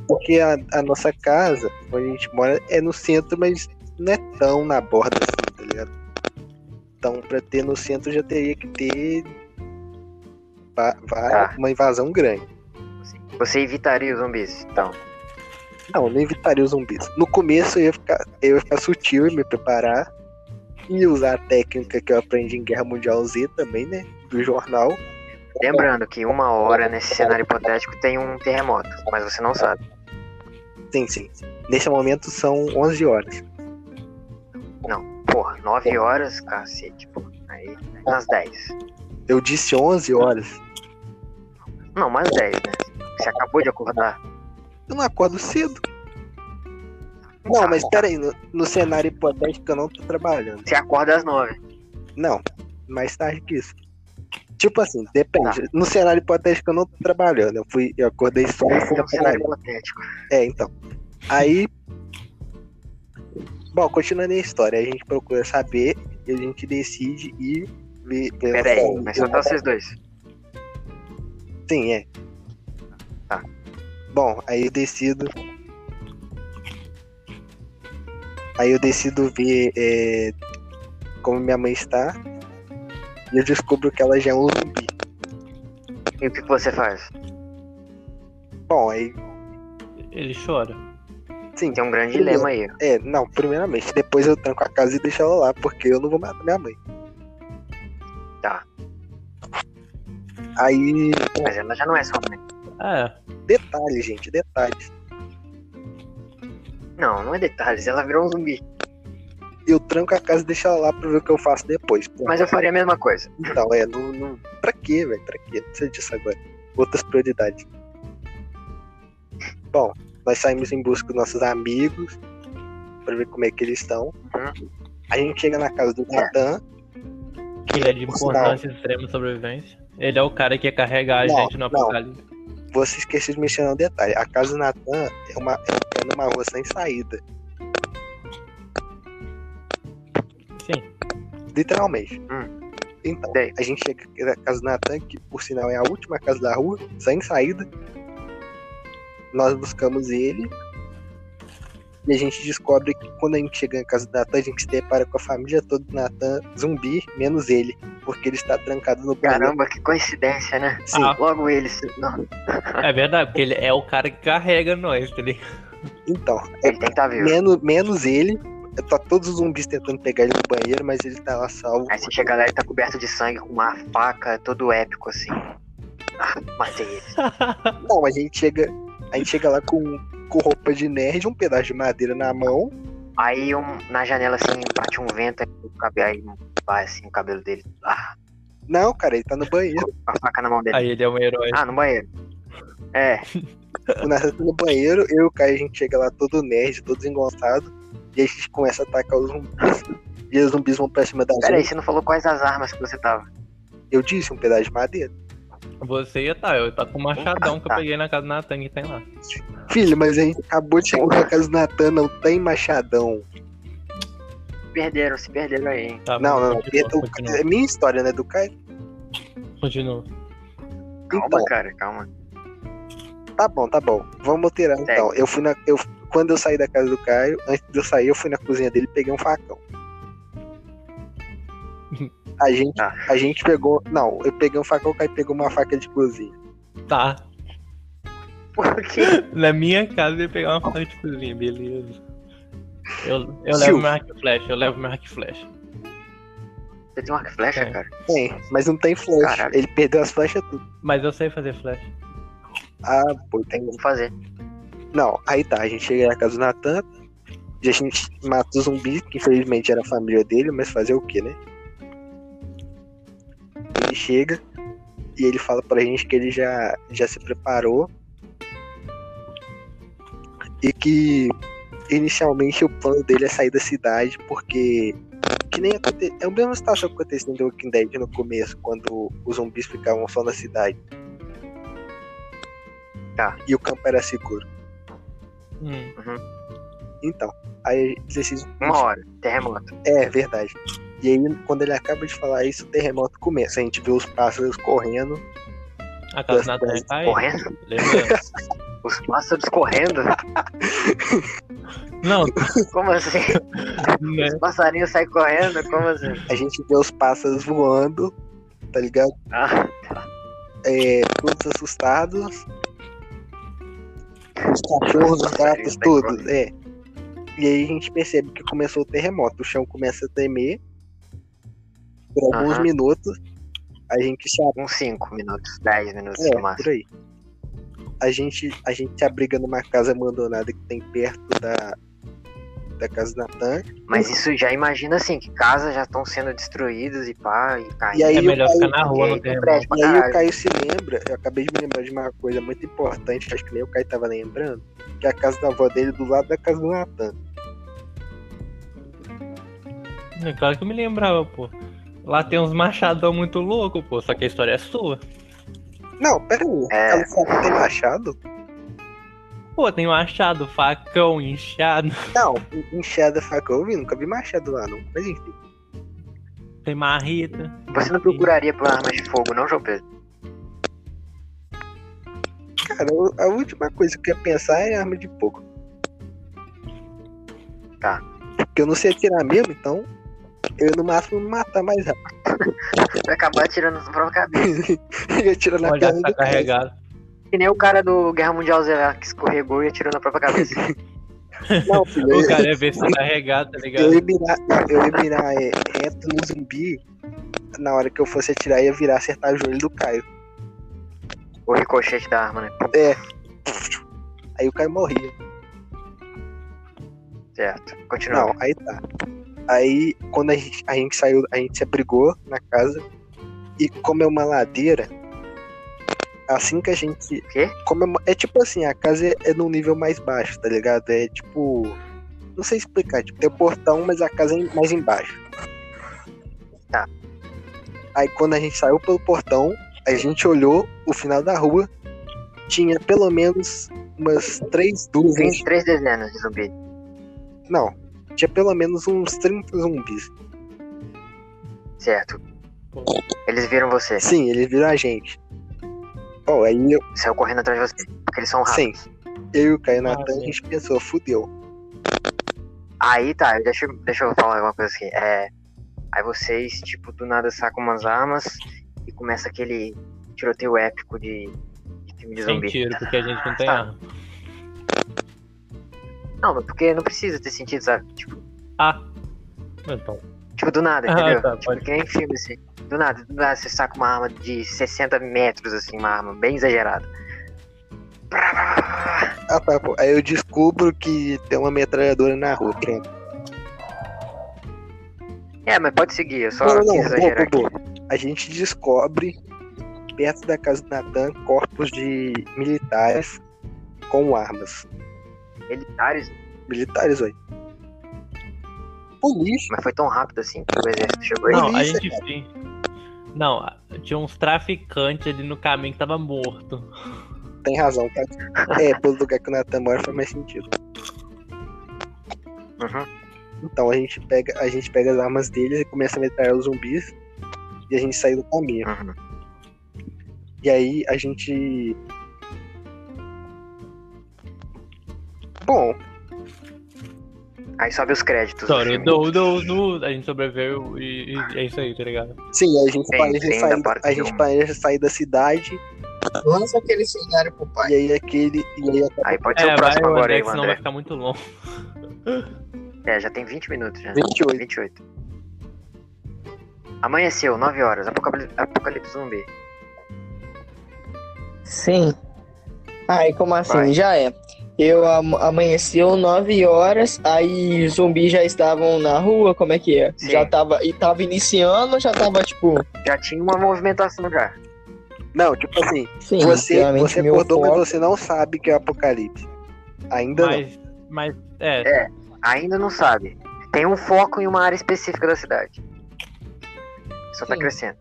Speaker 1: porque a, a nossa casa, onde a gente mora, é no centro, mas não é tão na borda assim, tá ligado? Então, pra ter no centro, já teria que ter va- va-
Speaker 3: Tá.
Speaker 1: uma invasão grande.
Speaker 3: Você evitaria os zumbis, então.
Speaker 1: Não, eu não evitaria os zumbis. No começo, eu ia ficar, eu ia ficar sutil e me preparar. E usar a técnica que eu aprendi em Guerra Mundial Z também, né? Do jornal.
Speaker 3: Lembrando que uma hora nesse cenário hipotético tem um terremoto, mas você não sabe.
Speaker 1: Sim, sim. Nesse momento são 11 horas.
Speaker 3: Porra, 9 horas, cacete, pô. Aí, umas 10.
Speaker 1: Eu disse 11 horas.
Speaker 3: Não, umas 10, né? Você acabou de acordar.
Speaker 1: Eu não acordo cedo. Não, mas peraí, no, no cenário hipotético eu não tô trabalhando.
Speaker 3: Você acorda às 9.
Speaker 1: Não, mais tarde que isso. Tipo assim, depende. No cenário hipotético eu não tô trabalhando. Eu fui, eu acordei só e fui
Speaker 3: É um cenário
Speaker 1: trabalhar.
Speaker 3: hipotético.
Speaker 1: É, então. Aí. Bom, continuando a história, a gente procura saber e a gente decide ir ver. ver
Speaker 3: Pera aí,
Speaker 1: nossa-
Speaker 3: mas só tá vocês dois.
Speaker 1: Sim, é.
Speaker 3: Tá.
Speaker 1: Bom, aí eu decido. Aí eu decido ver é, como minha mãe está. E eu descubro que ela já é um zumbi.
Speaker 3: E o que que você faz?
Speaker 1: Bom, aí.
Speaker 2: Ele chora.
Speaker 1: Sim,
Speaker 3: Tem um grande dilema aí.
Speaker 1: é, não, primeiramente, depois eu tranco a casa e deixo ela lá, porque eu não vou matar minha mãe.
Speaker 3: Tá.
Speaker 1: Aí.
Speaker 3: Mas ela já não é sua mãe.
Speaker 2: É,
Speaker 1: Detalhe, gente, detalhes.
Speaker 3: Não, não é detalhes, ela virou um zumbi.
Speaker 1: Eu tranco a casa e deixo ela lá pra ver o que eu faço depois. Pronto.
Speaker 3: Mas eu faria a mesma coisa.
Speaker 1: Então, é, não, não. Pra quê, velho? Pra quê? Não precisa disso agora. Outras prioridades. Bom, nós saímos em busca dos nossos amigos pra ver como é que eles estão. A gente chega na casa do Natan.
Speaker 2: que é de importância extrema sobrevivência. Ele é o cara que ia carregar a
Speaker 1: Não,
Speaker 2: gente no
Speaker 1: não.
Speaker 2: apocalipse.
Speaker 1: Você esqueceu de mencionar um detalhe. A casa do Natan é, uma, é numa rua sem saída.
Speaker 2: Sim.
Speaker 1: Literalmente.
Speaker 3: Hum.
Speaker 1: Então,
Speaker 3: Daí?
Speaker 1: a gente chega na casa do Natan, que por sinal é a última casa da rua, sem saída. Nós buscamos ele. E a gente descobre que quando a gente chega na casa do Natan, a gente se depara com a família toda do Natan, zumbi, menos ele. Porque ele está trancado no banheiro.
Speaker 3: Caramba, que coincidência, né?
Speaker 1: Sim,
Speaker 2: Ah.
Speaker 3: Logo eles. Não,
Speaker 2: É verdade, porque ele é o cara que carrega nós, tá ligado?
Speaker 1: então.
Speaker 3: ele tem que estar vivo.
Speaker 1: Menos, menos ele. Tá todos os zumbis tentando pegar ele no banheiro, mas ele tá lá salvo.
Speaker 3: Aí você chega lá e tá coberto de sangue com uma faca, todo épico assim. Ah, matei ele.
Speaker 1: Não, a gente chega. A gente chega lá com, com roupa de nerd, um pedaço de madeira na mão.
Speaker 3: Aí um, na janela assim, bate um vento, aí o cabelo aí vai assim, o cabelo dele. Ah,
Speaker 1: Não, cara, ele tá no banheiro.
Speaker 3: com a faca na mão dele.
Speaker 2: Aí ele é um herói.
Speaker 3: Ah, no banheiro. É,
Speaker 1: O Nathan tá no banheiro, eu e o Caio, a gente chega lá todo nerd, todo desengonçado. E a gente começa a atacar os zumbis. E os zumbis vão pra cima da
Speaker 3: pera aí,
Speaker 1: gente.
Speaker 3: você não falou quais as armas que você tava.
Speaker 1: Eu disse, um pedaço de madeira.
Speaker 2: Você ia tá, eu tá com o machadão que eu
Speaker 1: Ah.
Speaker 3: Tá.
Speaker 2: peguei na casa do Natan que tem lá.
Speaker 1: Filho, mas a gente acabou de chegar na casa do Natan, não tem machadão.
Speaker 3: Perderam, se perderam aí, hein?
Speaker 2: Tá,
Speaker 1: Não, não, não.
Speaker 2: continua,
Speaker 1: O-
Speaker 2: continua,
Speaker 1: É minha história, né, do Caio?
Speaker 2: continua.
Speaker 3: Calma,
Speaker 1: Então.
Speaker 3: cara, calma.
Speaker 1: Tá bom, tá bom. Vamos alterar então. Eu fui na. Eu, quando eu saí da casa do Caio, antes de eu sair, eu fui na cozinha dele e peguei um facão. A gente,
Speaker 3: Tá.
Speaker 1: a gente pegou. Não, eu peguei um facão, o Caio pegou uma faca de cozinha.
Speaker 2: Tá.
Speaker 3: Por quê?
Speaker 2: Na minha casa eu ia pegar uma faca de cozinha, beleza. Eu, eu levo
Speaker 1: Silvio.
Speaker 2: meu arco e flecha, eu levo meu arco e flecha.
Speaker 3: Você tem uma flecha,
Speaker 1: É.
Speaker 2: Tem.
Speaker 3: cara? é
Speaker 1: Tem, mas não tem flecha.
Speaker 3: Caralho.
Speaker 1: Ele perdeu as flechas tudo.
Speaker 2: Mas eu sei fazer flecha.
Speaker 1: Ah, pô, tem.
Speaker 3: Vou fazer.
Speaker 1: Não, aí tá. A gente chega na casa do Natan. e A gente mata o zumbi, que infelizmente era a família dele, mas fazer o que, né? Ele chega e ele fala pra gente que ele já, já se preparou e que inicialmente o plano dele é sair da cidade, porque. Que nem aconte... É a mesma situação que aconteceu no Walking Dead no começo, quando os zumbis ficavam só na cidade.
Speaker 3: Tá.
Speaker 1: E o campo era seguro.
Speaker 2: Hum.
Speaker 1: Então, aí eles decidem.
Speaker 3: Uma hora, terremoto.
Speaker 1: É, verdade. E aí, quando ele acaba de falar isso, o terremoto começa. A gente vê os pássaros correndo.
Speaker 2: A casa tá na
Speaker 1: é
Speaker 2: terra cai.
Speaker 3: Correndo?
Speaker 2: Levanta.
Speaker 3: Os pássaros correndo?
Speaker 2: Não,
Speaker 3: Como assim?
Speaker 2: né?
Speaker 3: Os passarinhos saem correndo? Como assim?
Speaker 1: A gente vê os pássaros voando, tá ligado?
Speaker 3: Ah,
Speaker 1: É, todos assustados. Os cachorros, os
Speaker 3: um
Speaker 1: gatos, tudo. É. E aí a gente percebe que começou o terremoto. O chão começa a tremer. Por alguns
Speaker 3: Aham.
Speaker 1: minutos, a gente se
Speaker 3: uns 5 um minutos, 10 minutos
Speaker 1: É,
Speaker 3: no máximo.
Speaker 1: por aí. A gente, a gente se abriga numa casa abandonada que tem perto da, da casa da Natan.
Speaker 3: Mas isso já imagina assim, que casas já estão sendo destruídas e pá, e caindo.
Speaker 1: E aí
Speaker 2: É
Speaker 1: o
Speaker 2: melhor
Speaker 1: Caio-
Speaker 2: ficar na rua,
Speaker 3: E
Speaker 2: não
Speaker 3: aí
Speaker 2: tem
Speaker 3: tem prédio pra
Speaker 1: E aí o
Speaker 3: caralho.
Speaker 1: Caio se lembra, eu acabei de me lembrar de uma coisa muito importante, acho que nem o Caio tava lembrando, que é a casa da avó dele do lado da casa do Natan.
Speaker 2: É Claro que eu me lembrava, pô. Lá tem uns machadão muito louco, pô. Só que a história é sua.
Speaker 1: Não, pera aí,
Speaker 3: É.
Speaker 1: ela sabe que tem machado?
Speaker 2: Pô, tem machado, facão, inchado.
Speaker 1: Não, enxada faca, eu vi, nunca vi machado lá não, mas enfim.
Speaker 2: Tem marreta.
Speaker 3: Você não procuraria por arma de fogo, não, João Pedro?
Speaker 1: Cara, eu- a última coisa que eu ia pensar é arma de fogo.
Speaker 3: Tá.
Speaker 1: Porque eu não sei atirar mesmo, então eu ia no máximo me matar mais rápido.
Speaker 3: Você vai acabar tirando a sua própria cabeça.
Speaker 1: eu ia atirar na
Speaker 2: Olha, já
Speaker 1: perna
Speaker 2: tá
Speaker 1: do Caio.
Speaker 2: carregado.
Speaker 3: Que nem o cara do Guerra Mundial Z lá, que escorregou e atirou na própria cabeça.
Speaker 1: Não, filho, eu,
Speaker 2: O cara é ver se carregado, tá
Speaker 1: eu
Speaker 2: ligado?
Speaker 1: ia mirar, eu ia mirar é, reto no zumbi. Na hora que eu fosse atirar, ia virar acertar o joelho do Caio.
Speaker 3: o ricochete da arma, né?
Speaker 1: Aí o Caio morria.
Speaker 3: Certo. Continua.
Speaker 1: Não, aí tá. Aí quando a gente, a gente saiu, a gente se abrigou na casa. E como é uma ladeira, assim que a gente.
Speaker 3: Quê?
Speaker 1: Como é, uma- é tipo assim, a casa é, é num nível mais baixo, tá ligado? É tipo. Não sei explicar, tipo, tem o portão, mas a casa é em- mais embaixo.
Speaker 3: Tá.
Speaker 1: Aí quando a gente saiu pelo portão, a gente olhou o final da rua, tinha pelo menos umas três dúzias.
Speaker 3: Tem três dezenas de zumbi.
Speaker 1: Não, tinha pelo menos uns 30 zumbis.
Speaker 3: Certo. Eles viram você.
Speaker 1: Sim, eles viram a gente. Bom, aí eu,
Speaker 3: Saiu correndo atrás de você. Porque eles são rápidos.
Speaker 1: sim, eu e o Caio Natan, a
Speaker 2: sim.
Speaker 1: gente pensou, fudeu.
Speaker 3: Aí tá, deixa, eu- deixa eu falar uma coisa aqui. É, aí vocês, tipo, do nada sacam umas armas e começa aquele tiroteio épico de, de filme de
Speaker 2: Sem
Speaker 3: zumbi.
Speaker 2: tiro, porque a gente não tem
Speaker 3: Tá.
Speaker 2: arma.
Speaker 3: Não, mas porque não precisa ter sentido, sabe? Tipo,
Speaker 2: Ah. Então.
Speaker 3: tipo do nada,
Speaker 2: Ah,
Speaker 3: entendeu?
Speaker 2: tá,
Speaker 3: tipo,
Speaker 2: pode.
Speaker 3: que nem filme, assim. Do nada, do nada você saca uma arma de 60 metros, assim, uma arma bem exagerada.
Speaker 1: Ah, tá, pô. Aí eu descubro que tem uma metralhadora na rua. Pronto.
Speaker 3: É, mas pode seguir, eu só
Speaker 1: Não, não, não,
Speaker 3: quis exagerar
Speaker 1: boa, boa,
Speaker 3: aqui.
Speaker 1: A gente descobre, perto da casa do Natan, corpos de militares com armas.
Speaker 3: Militares,
Speaker 1: Militares, olha. Polícia.
Speaker 3: mas foi tão rápido assim que o exército chegou aí.
Speaker 2: Não, a
Speaker 1: polícia,
Speaker 2: gente sim. Não, a- tinha uns traficantes ali no caminho que tava morto.
Speaker 1: Tem razão, tá? É, pelo lugar que o Natan mora faz mais sentido.
Speaker 3: Uhum.
Speaker 1: Então a gente pega, a gente pega as armas deles e começa a metralhar os zumbis e a gente sai do caminho.
Speaker 3: Uhum.
Speaker 1: E aí a gente. Bom,
Speaker 3: Aí sobe os créditos. do
Speaker 2: Sorry,
Speaker 3: filme.
Speaker 2: do, do, do, a gente sobreviveu e, e é isso aí, tá ligado?
Speaker 1: sim, a gente
Speaker 3: Tem-
Speaker 1: planeja
Speaker 3: tem da
Speaker 1: sair,
Speaker 3: parte
Speaker 1: a
Speaker 3: de
Speaker 1: gente
Speaker 3: um.
Speaker 1: planeja sair da cidade
Speaker 4: Lança aquele cenário pro pai.
Speaker 1: e aí aquele. E aí acaba-
Speaker 3: Aí pode ser
Speaker 2: É, vai,
Speaker 3: o próximo agora,
Speaker 2: André,
Speaker 3: aí,
Speaker 2: que senão vai
Speaker 3: André.
Speaker 2: ficar muito longo.
Speaker 3: É, já tem 20 minutos já.
Speaker 1: 28.
Speaker 3: 28. Amanheceu, 9 horas. Apocalipse, apocalipse zumbi.
Speaker 4: Sim. Ai, como assim?
Speaker 3: Vai.
Speaker 4: Já é. Eu am- amanheceu 9 horas, aí zumbis já estavam na rua, como é que é?
Speaker 3: Sim.
Speaker 4: Já tava. E tava iniciando, já tava, tipo.
Speaker 3: Já tinha uma movimentação já.
Speaker 1: Não, tipo assim,
Speaker 4: Sim,
Speaker 1: você,
Speaker 4: realmente
Speaker 1: você
Speaker 4: meu
Speaker 1: acordou, mas
Speaker 4: foco-
Speaker 1: você não sabe que é o apocalipse. Ainda não.
Speaker 2: Mas, Mas, é,
Speaker 3: É. Ainda não sabe. Tem um foco em uma área específica da cidade. Só tá
Speaker 4: Sim.
Speaker 3: crescendo.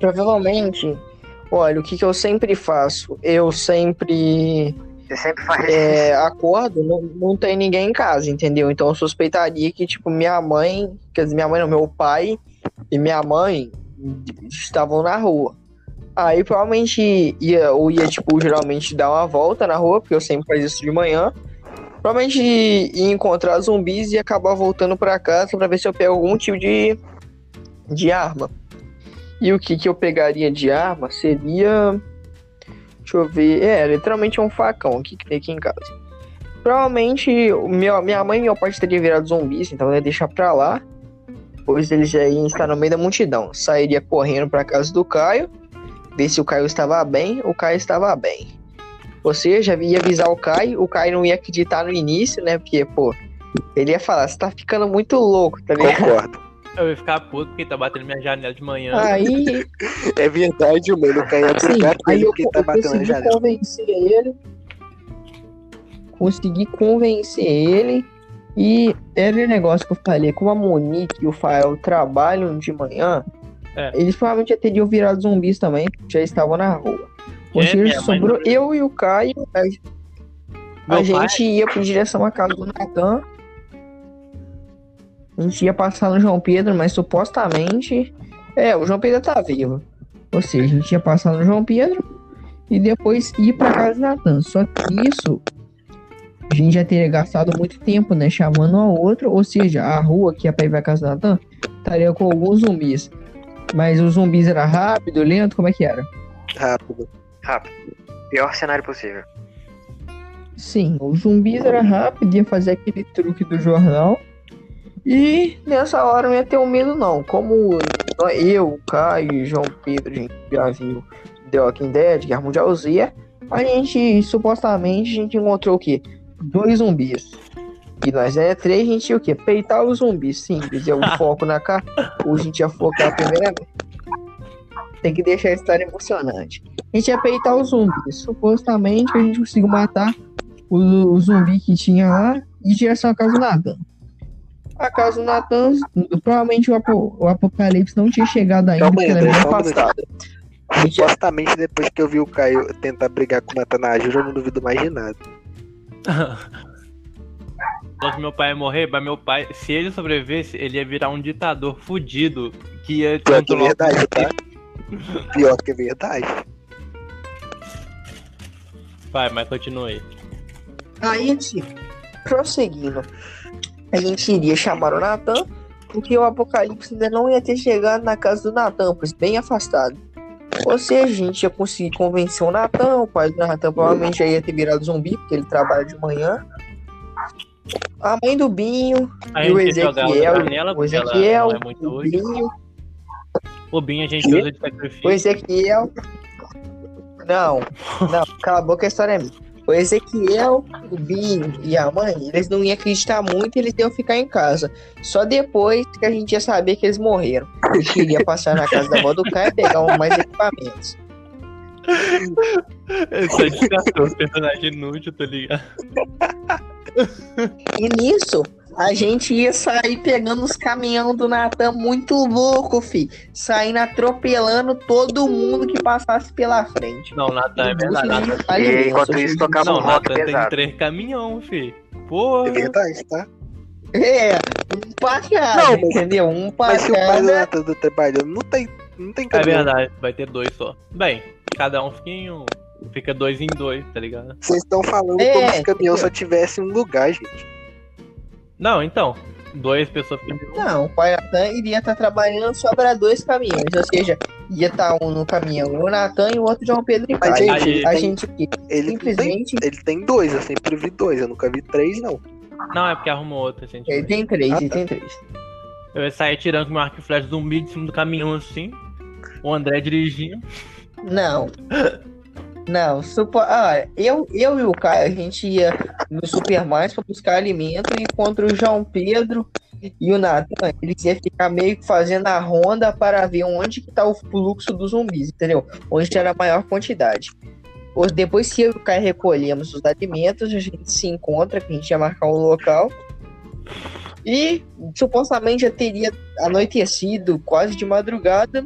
Speaker 4: Provavelmente. Olha, o que, que eu sempre faço? Eu sempre
Speaker 3: Você sempre faz.
Speaker 4: é, acordo, não, não tem ninguém em casa, entendeu? Então eu suspeitaria que, tipo, minha mãe, quer dizer, minha mãe não, meu pai e minha mãe estavam na rua. Aí provavelmente ia, eu ia, tipo, geralmente dar uma volta na rua, porque eu sempre faço isso de manhã. Provavelmente ia encontrar zumbis e acabar voltando pra casa pra ver se eu pego algum tipo de, de arma. E o que que eu pegaria de arma seria. Deixa eu ver. É, literalmente é um facão aqui que tem aqui em casa. Provavelmente o meu, minha mãe e meu pai teriam virado zumbis, então eu ia deixar pra lá. Pois eles já iam estar no meio da multidão. Sairia correndo pra casa do Caio, ver se o Caio estava bem. O Caio estava bem. Ou seja, ia avisar o Caio, o Caio não ia acreditar no início, né? Porque, pô, ele ia falar: você tá ficando muito louco, tá ligado?
Speaker 1: Concordo.
Speaker 2: eu ia ficar puto porque tá batendo minha janela de manhã.
Speaker 4: Aí
Speaker 1: É verdade, mano. O Caio é
Speaker 4: Sim,
Speaker 1: obrigado
Speaker 4: aí eu,
Speaker 1: porque tá
Speaker 4: eu
Speaker 1: batendo na
Speaker 4: consegui
Speaker 1: janela.
Speaker 4: convencer ele. Consegui convencer ele. E era o negócio que eu falei, como a Monique e o Fael trabalham de manhã,
Speaker 2: É.
Speaker 4: eles provavelmente já teriam virado zumbis também, já estavam na rua. Ou
Speaker 2: É,
Speaker 4: seja,
Speaker 2: minha mãe
Speaker 4: sobrou
Speaker 2: não-
Speaker 4: eu e o Caio, a, a
Speaker 2: Meu pai-
Speaker 4: gente ia pra direção à casa do Natan. A gente ia passar no João Pedro, mas supostamente. É, o João Pedro tá vivo. Ou seja, a gente ia passar no João Pedro e depois ir pra casa do Natan. Só que isso. A gente já teria gastado muito tempo, né? Chamando um ao outro. Ou seja, a rua que ia pra ir pra casa do Natan estaria com alguns zumbis. Mas os zumbis era rápido, lento, como é que era?
Speaker 1: Rápido.
Speaker 3: Rápido. Pior cenário possível.
Speaker 4: Sim, o zumbis era rápido, ia fazer aquele truque do jornal. E nessa hora não ia ter um medo, não. Como nó- eu, Caio e João Pedro, a gente já viu The Walking Dead, Guerra Mundial Z, a gente supostamente a gente encontrou o quê? Dois zumbis. E nós era três, a gente ia o quê? Peitar os zumbis, simples. É o foco na cara. Hoje a gente ia focar primeiro. né? Tem que deixar a história emocionante. A gente ia peitar os zumbis. Supostamente a gente conseguiu matar o, o zumbi que tinha lá e direção à casa do Natan. A casa do Natan, provavelmente o, apo- o apocalipse não tinha chegado ainda,
Speaker 1: Calma aí,
Speaker 4: porque é era
Speaker 1: André,
Speaker 4: bem
Speaker 1: só um minuto.
Speaker 4: afastado. A gente-
Speaker 1: Supostamente depois que eu vi o Caio tentar brigar com o Nathan na ajuda, eu não duvido mais de nada.
Speaker 2: Falou que meu pai ia morrer, mas meu pai, se ele sobrevivesse, ele ia virar um ditador fudido que ia
Speaker 1: Pior que é
Speaker 2: controlar-
Speaker 1: verdade, tá? Pior que é verdade.
Speaker 2: Vai, mas continue aí.
Speaker 4: Aí, gente, prosseguindo, a gente iria chamar o Natan, porque o Apocalipse ainda não ia ter chegado na casa do Natan, pois bem afastado. Ou seja, a gente ia conseguir convencer o Natan, o pai do Natan provavelmente já ia ter virado zumbi, porque ele trabalha de manhã. A mãe do Binho,
Speaker 2: A
Speaker 4: e o
Speaker 2: gente ia jogar
Speaker 4: Ezequiel,
Speaker 2: outra janela,
Speaker 4: o
Speaker 2: porque ela
Speaker 4: Ezequiel,
Speaker 2: não é muito
Speaker 4: o
Speaker 2: hoje.
Speaker 4: Binho,
Speaker 2: O Binho a gente
Speaker 4: Quê?
Speaker 2: usa de sacrifício.
Speaker 4: o Ezequiel. Não, não, cala a boca, a história é minha. O Ezequiel, o Binho e a mãe, eles não iam acreditar muito eles iam ficar em casa. Só depois que a gente ia saber que eles morreram. A gente iria passar na casa da avó do Caio e pegar um- mais equipamentos.
Speaker 2: Essa ditador, um personagem inútil, tá ligado?
Speaker 4: E nisso, a gente ia sair pegando os caminhão do Natan muito louco, fi. Saindo atropelando todo mundo que passasse pela frente.
Speaker 2: Não, Natan, é verdade. Natan-
Speaker 4: Busca de
Speaker 3: e enquanto
Speaker 4: alimentos.
Speaker 3: isso tocava um
Speaker 2: Não,
Speaker 3: rock
Speaker 2: Natan tem
Speaker 3: pesado.
Speaker 2: três caminhão, fi.
Speaker 1: É
Speaker 2: Porra.
Speaker 1: verdade, tá?
Speaker 4: É, um pra cada,
Speaker 1: Não, mas-
Speaker 4: entendeu? Um pra
Speaker 1: Mas se o pai do
Speaker 4: cada.
Speaker 1: Nathan tá trabalhando, não tem, não tem
Speaker 2: É
Speaker 1: caminhão.
Speaker 2: verdade, vai ter dois só. Bem, cada um fica em um. Fica dois em dois, tá ligado?
Speaker 1: Vocês estão falando
Speaker 4: É,
Speaker 1: como se caminhão
Speaker 4: entendeu?
Speaker 1: só tivesse um lugar, gente.
Speaker 2: Não, então. Dois pessoas ficam em um.
Speaker 4: Não, o pai Natan iria estar trabalhando só pra dois caminhões. Ou seja, ia estar um no caminhão, o Natan e o outro João Pedro e
Speaker 1: Mas,
Speaker 4: Caio.
Speaker 1: gente, ele
Speaker 4: A
Speaker 1: tem-
Speaker 4: gente que
Speaker 1: Ele não tem
Speaker 4: simplesmente
Speaker 1: Ele tem dois, eu sempre vi dois, eu nunca vi três, não.
Speaker 2: Não, é porque arrumou outro, gente.
Speaker 4: ele tem três,
Speaker 1: Ah,
Speaker 4: ele
Speaker 1: tá.
Speaker 4: tem três.
Speaker 2: Eu ia sair tirando com meu arco e flecha zumbi de cima do caminhão assim. O André dirigindo.
Speaker 4: Não. Não, supo... ah, eu, eu e o Caio, a gente ia no supermercado pra buscar alimento, enquanto o João Pedro e o Natan, eles iam ficar meio que fazendo a ronda para ver onde que tá o fluxo dos zumbis, entendeu? Onde era a maior quantidade. Ou Depois que eu e o Caio recolhemos os alimentos, a gente se encontra, que a gente ia marcar um local. E supostamente já teria anoitecido quase de madrugada.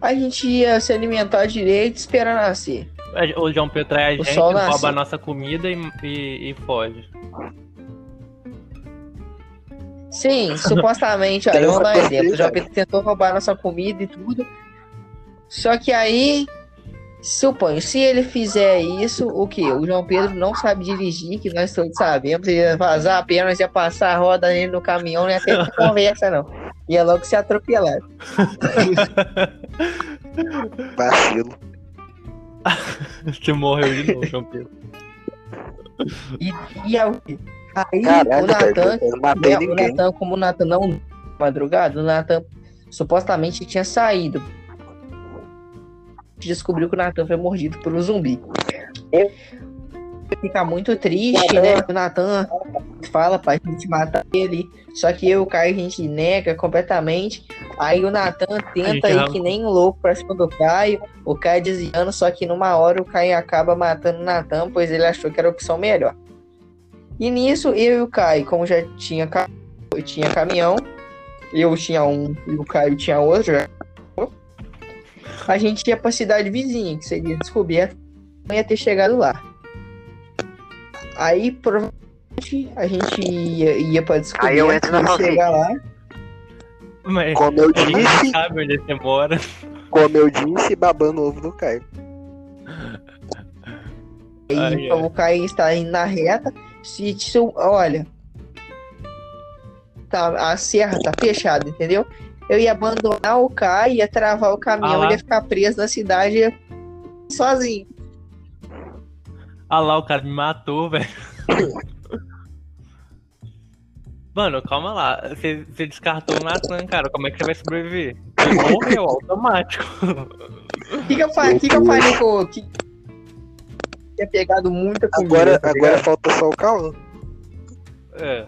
Speaker 4: A gente ia se alimentar direito e esperar nascer.
Speaker 2: O João Pedro trai a
Speaker 4: O
Speaker 2: gente,
Speaker 4: sol
Speaker 2: rouba
Speaker 4: nasce.
Speaker 2: a nossa comida e, e, e foge.
Speaker 4: Sim, supostamente, olha,
Speaker 1: Tem
Speaker 4: vamos
Speaker 1: uma
Speaker 4: dar um exemplo. O
Speaker 1: coisa aí,
Speaker 4: JP tentou roubar nossa comida e tudo. Só que aí, suponho, se ele fizer isso, o que? O João Pedro não sabe dirigir, que nós todos sabemos, ele ia vazar apenas, ia passar a roda nele no caminhão, não ia ter conversa, não. Ia logo se atropelar.
Speaker 1: Vacilo.
Speaker 2: Você morreu de novo, João Pedro.
Speaker 4: E aí, aí o
Speaker 1: Caralho, velho.
Speaker 4: Natan
Speaker 1: Eu não matei
Speaker 4: Né, o
Speaker 1: ninguém.
Speaker 4: Natan, como o Natan não madrugada, o Natan supostamente tinha saído. Descobriu que o Natan foi mordido por um zumbi.
Speaker 3: Eu-
Speaker 4: Fica muito triste, né? O Natan fala pra gente matar ele. Só que eu e o Caio a gente nega completamente. Aí o Natan tenta
Speaker 2: gente
Speaker 4: ir
Speaker 2: arranca.
Speaker 4: que nem um louco pra cima do Caio. O Caio desviando, só que numa hora o Caio acaba matando o Natan, pois ele achou que era a opção melhor. E nisso, eu e o Caio, como já tinha, ca- eu tinha caminhão, eu tinha um e o Caio tinha outro, já- a gente ia pra cidade vizinha, que seria descoberta, não ia ter chegado lá. Aí, provavelmente, a gente ia, ia pra
Speaker 3: Aí eu
Speaker 4: descoberta,
Speaker 3: entro na
Speaker 4: ia
Speaker 3: fanfic.
Speaker 4: chegar lá.
Speaker 2: Mas
Speaker 1: Como eu
Speaker 2: a gente não
Speaker 4: assim?
Speaker 1: disse,
Speaker 2: sabe onde você mora.
Speaker 1: como eu disse, babando o ovo do Caio.
Speaker 4: Tá E
Speaker 2: Ah,
Speaker 4: então,
Speaker 2: é.
Speaker 4: o Caio está indo na reta. Se, se eu- olha, tá, a serra tá fechada, entendeu? Eu ia abandonar o Caio, ia travar o
Speaker 2: Ah
Speaker 4: caminhão,
Speaker 2: lá.
Speaker 4: ia ficar preso na cidade ia- sozinho.
Speaker 2: Ah lá, o cara me matou, velho. Mano, calma lá. Você você descartou o Natan, cara. Como é que você vai sobreviver? Ele morreu automático.
Speaker 4: O que, que eu falei? que, que
Speaker 3: Uhum.
Speaker 4: eu falei com o que tinha pegado muita comida?
Speaker 1: Agora,
Speaker 4: tá ligado?
Speaker 1: agora falta só o Cauã.
Speaker 2: É,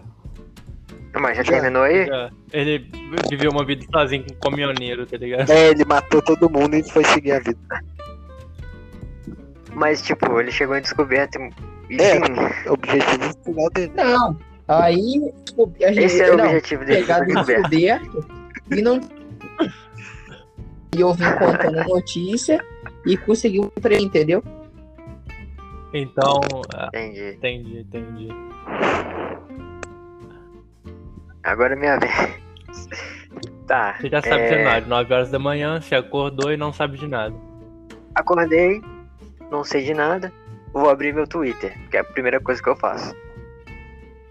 Speaker 3: Não, mas já
Speaker 1: Já,
Speaker 3: terminou aí?
Speaker 2: é. Ele viveu uma vida sozinho com um caminhoneiro, tá ligado?
Speaker 1: É, ele matou todo mundo e foi seguir a vida.
Speaker 3: Mas, tipo, ele chegou em descoberta e. e
Speaker 1: É.
Speaker 3: sim,
Speaker 1: O objetivo final dele.
Speaker 4: Não. Aí o- a gente
Speaker 3: esse era o
Speaker 4: não,
Speaker 3: objetivo dele.
Speaker 4: pegado
Speaker 3: foi
Speaker 4: no
Speaker 3: descoberto.
Speaker 4: coberto e não. E eu vim contando notícia e consegui um emprego, entendeu?
Speaker 2: Então, ah,
Speaker 3: Entendi.
Speaker 2: entendi, entendi.
Speaker 3: Agora é minha vez. Tá.
Speaker 2: Você já sabe
Speaker 3: é,
Speaker 2: de nada. 9 horas da manhã, você acordou e não sabe de nada.
Speaker 3: Acordei, não sei de nada, vou abrir meu Twitter, que é a primeira coisa que eu faço.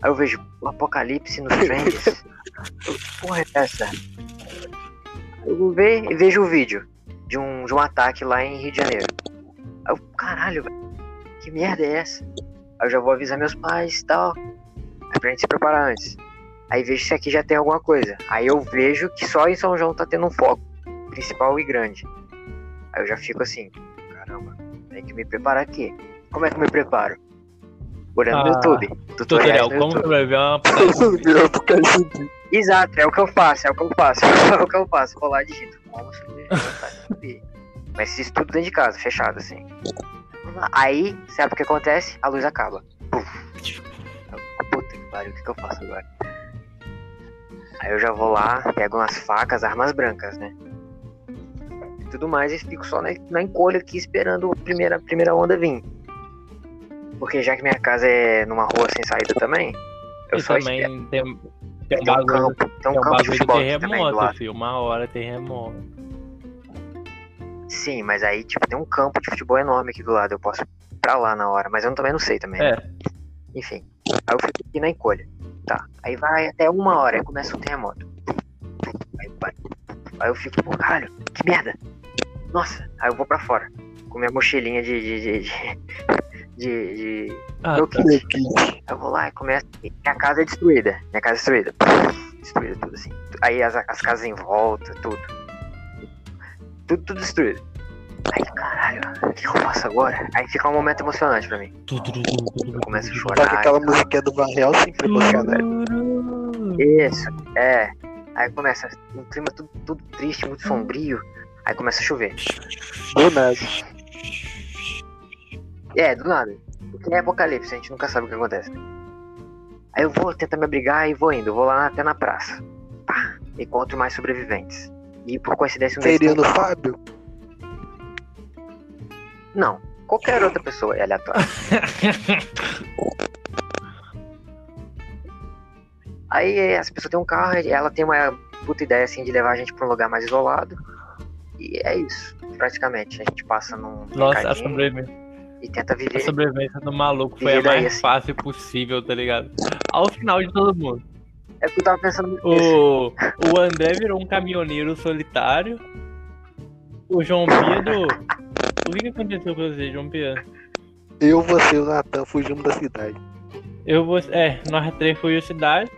Speaker 3: Aí eu vejo apocalipse nos trends. Eu, "Que porra é essa? Eu vou ver e vejo o vídeo de um, de um ataque lá em Rio de Janeiro. Aí eu, caralho, velho, que merda é essa? Aí eu já vou avisar meus pais e tal. Aí pra gente se preparar antes. Aí vejo se aqui já tem alguma coisa. Aí eu vejo que só em São João tá tendo um foco principal e grande. Aí eu já fico assim, caramba, tem que me preparar aqui. Como é que eu me preparo? Olhando no
Speaker 2: Ah,
Speaker 3: YouTube.
Speaker 2: Tutorial,
Speaker 3: Tutorial no
Speaker 2: como
Speaker 3: YouTube.
Speaker 2: sobreviver a é uma
Speaker 1: Virou pro Caio seguir.
Speaker 3: Exato, é o que eu faço, é o que eu faço, é o que eu faço. Vou lá e digito. Como subir, vontade de subir. tá Mas isso tudo dentro de casa, fechado assim. Aí, sabe o que acontece? A luz acaba. Puf. Puta que pariu, o que, que eu faço agora? Aí eu já vou lá, pego umas facas, armas brancas, né? E tudo mais e fico só na, na encolha aqui esperando a primeira, a primeira onda vir. Porque já que minha casa é numa rua sem saída também, eu
Speaker 2: e
Speaker 3: só espero.
Speaker 2: também tem, um- tem
Speaker 3: Tem
Speaker 2: um
Speaker 3: um
Speaker 2: bagulho,
Speaker 3: campo, tem um
Speaker 2: tem um
Speaker 3: campo de
Speaker 2: bagulho de
Speaker 3: futebol aqui também É do
Speaker 2: terremoto,
Speaker 3: lado.
Speaker 2: filho. Uma hora é terremoto.
Speaker 3: Sim, mas aí, tipo, tem um campo de futebol enorme aqui do lado. Eu posso ir pra lá na hora, mas eu também não sei também. né?
Speaker 2: É.
Speaker 3: Enfim. Aí eu fico aqui na encolha. Tá. Aí vai até uma hora, aí começa o terremoto. Aí, vai. Aí eu fico, pô, caralho, que merda! Nossa! Aí eu vou pra fora. Com minha mochilinha de. de. de. de. de- de-
Speaker 2: Ah,
Speaker 3: meu
Speaker 2: tá.
Speaker 3: kit. Eu vou lá e começo. Minha casa é destruída. Minha casa é destruída. Destruída tudo assim. Aí as, as casas em volta, tudo. Tudo, tudo destruído. Aí, caralho, o que que eu faço agora? Aí fica um momento emocionante pra mim. Eu começo
Speaker 1: Só
Speaker 3: a
Speaker 1: que
Speaker 3: chorar.
Speaker 1: tá aquela musiquinha do Barreal sempre emocionante.
Speaker 3: Isso, é. Aí começa um clima tudo, tudo triste, muito sombrio. Aí começa a chover.
Speaker 1: Do nada.
Speaker 3: É, do nada. Porque é apocalipse, a gente nunca sabe o que acontece. Aí eu vou tentar me abrigar e vou indo. Eu Vou lá até na praça. Pá, encontro mais sobreviventes. E por coincidência um deles
Speaker 1: Seria no Fábio?
Speaker 3: Não. Qualquer outra pessoa é aleatória. Aí é, essa pessoa tem um carro, e ela tem uma puta ideia assim de levar a gente pra um lugar mais isolado. E é isso, praticamente. A gente passa num
Speaker 2: Nossa, a
Speaker 3: mercadinho
Speaker 2: sobrevivência,
Speaker 3: e tenta
Speaker 2: a
Speaker 3: viver.
Speaker 2: sobrevivência do maluco foi a
Speaker 3: Vira aí,
Speaker 2: mais
Speaker 3: assim.
Speaker 2: fácil possível, tá ligado? Ao final de todo mundo.
Speaker 3: É porque eu tava pensando nisso.
Speaker 2: O, o André virou um caminhoneiro solitário. O João Pedro. O que, que aconteceu com você, João Pedro?
Speaker 1: Eu, você e o Natan fugimos da cidade.
Speaker 2: Eu vou. É, nós três fui à cidade.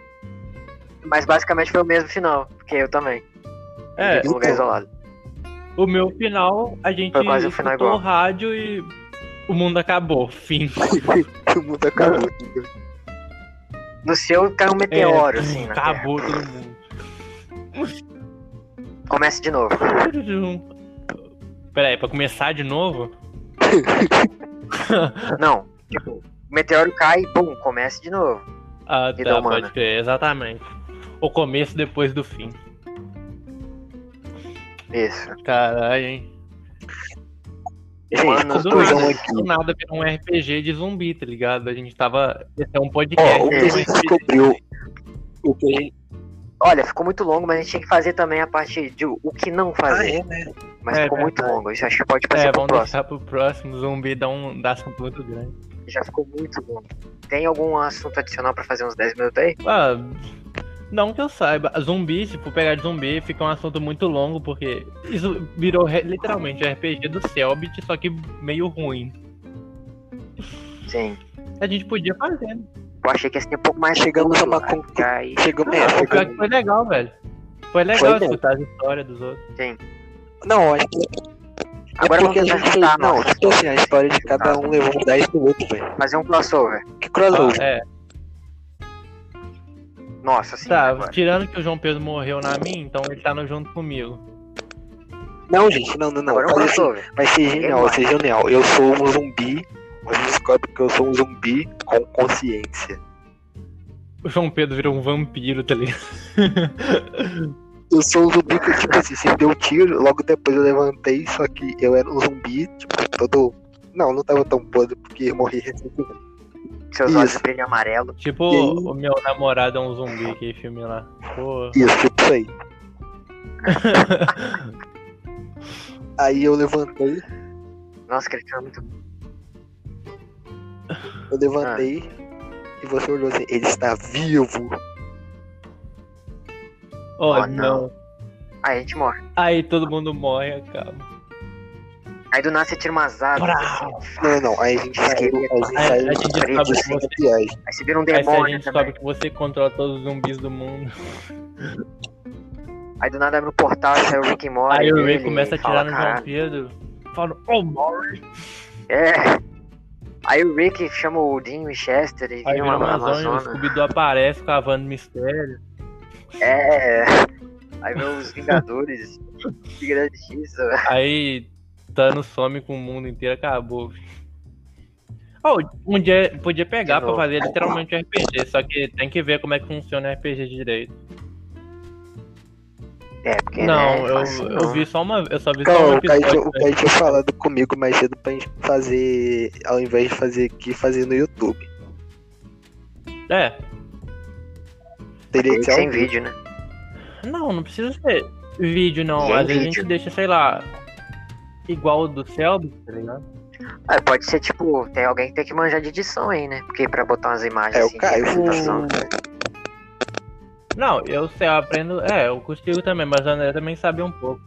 Speaker 3: Mas basicamente foi o mesmo final, porque eu também.
Speaker 2: É,
Speaker 3: Em um lugar
Speaker 1: Então.
Speaker 3: isolado.
Speaker 2: o meu final, a gente
Speaker 3: Foi quase um final
Speaker 2: escutou o
Speaker 3: igual.
Speaker 2: rádio e o mundo acabou. Fim.
Speaker 1: o mundo acabou. entendeu?
Speaker 3: No seu caiu um
Speaker 2: É,
Speaker 3: meteoro, assim, na Terra.
Speaker 2: acabou todo mundo.
Speaker 3: Começa de novo.
Speaker 2: Pera aí, pra começar de novo?
Speaker 3: Não, tipo, o meteoro cai, bum, começa de novo.
Speaker 2: Ah,
Speaker 3: Vida
Speaker 2: tá,
Speaker 3: humana.
Speaker 2: pode crer, exatamente. O começo depois do fim.
Speaker 3: Isso.
Speaker 2: Caralho, hein?
Speaker 1: Gente,
Speaker 3: Mano,
Speaker 2: Do
Speaker 1: conclusão
Speaker 2: nada,
Speaker 1: aqui.
Speaker 2: do nada virou um RPG de zumbi, tá ligado? A gente tava. Esse é um podcast.
Speaker 1: Ó, o que a gente descobriu. O que a gente.
Speaker 3: Olha, ficou muito longo, mas a gente tinha que fazer também a parte de o que não fazer.
Speaker 1: né?
Speaker 3: Mas
Speaker 2: É
Speaker 3: ficou muito
Speaker 2: verdade.
Speaker 3: longo. Isso acho que pode passar
Speaker 2: É,
Speaker 3: pro
Speaker 2: vamos
Speaker 3: próximo.
Speaker 2: deixar pro próximo. Zumbi dá um dá assunto muito grande.
Speaker 3: Já ficou muito longo. Tem algum assunto adicional pra fazer uns 10 minutos aí?
Speaker 2: Ah, não que eu saiba. Zumbi, se for pegar de zumbi, fica um assunto muito longo, porque isso virou re- literalmente o RPG do Selbit, só que meio ruim.
Speaker 3: Sim.
Speaker 2: A gente podia fazer, né?
Speaker 3: Eu achei que ia ser um pouco mais
Speaker 1: Chegamos a
Speaker 3: curto,
Speaker 1: uma
Speaker 3: aí
Speaker 1: conclu-
Speaker 3: cai-
Speaker 1: Chegamos, é,
Speaker 2: Ah, o pior
Speaker 1: chegamos.
Speaker 2: que foi legal, velho. Foi legal
Speaker 1: Foi mesmo.
Speaker 2: escutar as histórias dos outros.
Speaker 1: Não, acho que.
Speaker 3: Agora
Speaker 1: é porque a
Speaker 3: vamos
Speaker 1: gente.
Speaker 3: juntar
Speaker 1: Não,
Speaker 3: nossas
Speaker 1: tipo assim, a história de cada um levou 10 minutos, velho.
Speaker 3: Fazer um crossover.
Speaker 1: Que crossover.
Speaker 2: Ah, é,
Speaker 3: Nossa, sim.
Speaker 2: tá,
Speaker 3: agora.
Speaker 2: tirando que o João Pedro morreu na minha, então ele tá no junto comigo.
Speaker 1: Não, gente, não, não, não.
Speaker 3: Agora é um
Speaker 1: Faz assim,
Speaker 3: crossover.
Speaker 1: Vai ser genial, vai ser genial. Eu sou um zumbi. Você descobre que eu sou um zumbi com consciência.
Speaker 2: O João Pedro virou um vampiro, tá ligado?
Speaker 1: Eu sou um zumbi que, tipo assim, você deu um tiro, logo depois eu levantei, só que eu era um zumbi, tipo, todo. Não, não tava tão podre porque eu morri recentemente.
Speaker 3: Seus olhos
Speaker 1: Isso.
Speaker 3: brilham amarelo.
Speaker 2: Tipo,
Speaker 1: E aí?
Speaker 2: o meu namorado é um zumbi, aquele filme lá.
Speaker 3: Ah,
Speaker 2: Pô.
Speaker 1: Isso, tipo isso aí. Aí eu levantei,
Speaker 3: Nossa, que ele tá muito.
Speaker 1: eu levantei
Speaker 2: Ah.
Speaker 1: e você olhou assim, ele está vivo.
Speaker 2: Oh, não.
Speaker 3: Oh, não. Aí a gente morre.
Speaker 2: Aí todo mundo morre, acaba.
Speaker 3: Aí do nada você tira umas asas.
Speaker 2: Brau.
Speaker 3: Assim,
Speaker 1: Não, não, aí a gente saiu, a gente
Speaker 2: Aí
Speaker 1: saiu
Speaker 2: a gente
Speaker 1: na frente
Speaker 2: descobre que
Speaker 1: assim da
Speaker 2: você,
Speaker 1: viagem.
Speaker 3: aí você vira um
Speaker 2: aí se a
Speaker 3: demônio
Speaker 2: gente
Speaker 3: também.
Speaker 2: descobre que você controla todos os zumbis do mundo.
Speaker 3: Aí do nada abre um portal e sai o Rick e Morty.
Speaker 2: Aí o Ray
Speaker 3: ele
Speaker 2: começa a
Speaker 3: fala,
Speaker 2: tirar no
Speaker 3: "Caralho".
Speaker 2: João Pedro. Fala, oh, Morris.
Speaker 3: É. Aí o Rick chama o Dean Winchester e
Speaker 2: Aí
Speaker 3: vira
Speaker 2: vira um
Speaker 3: uma
Speaker 2: uma Amazônia, o
Speaker 3: Amazona.
Speaker 2: Scooby-Doo aparece cavando mistério. um
Speaker 3: É. Aí vê os Vingadores. Liga da Justiça.
Speaker 2: Aí Thanos some com o mundo inteiro, acabou. Oh, um dia podia pegar
Speaker 3: De
Speaker 2: pra
Speaker 3: novo.
Speaker 2: fazer literalmente um RPG, só que tem que ver como é que funciona o RPG direito.
Speaker 3: É, porque. né,
Speaker 2: não,
Speaker 3: é
Speaker 2: eu,
Speaker 3: fácil,
Speaker 2: eu
Speaker 3: não.
Speaker 2: vi só uma eu só vi só um
Speaker 1: Não, o Caio,
Speaker 2: episódio.
Speaker 1: tinha- o
Speaker 2: né?
Speaker 1: Caio tinha falado comigo mais cedo pra gente fazer, ao invés de fazer aqui, fazer no YouTube.
Speaker 2: É.
Speaker 1: Teria que ser
Speaker 3: Sem
Speaker 1: ao vivo.
Speaker 3: vídeo, né?
Speaker 2: Não, não precisa ser vídeo, não.
Speaker 3: E é
Speaker 2: Às vezes a gente
Speaker 3: vídeo.
Speaker 2: deixa, sei lá, igual o do Selby, tá ligado?
Speaker 3: Ah, pode ser tipo, tem alguém que tem que manjar de edição aí, né? Porque pra botar umas
Speaker 2: né?
Speaker 3: imagens
Speaker 1: É, o
Speaker 3: assim,
Speaker 1: Caio.
Speaker 3: de apresentação.
Speaker 2: Não, eu sei, eu aprendo. É, eu consigo também, mas o André também sabe um pouco.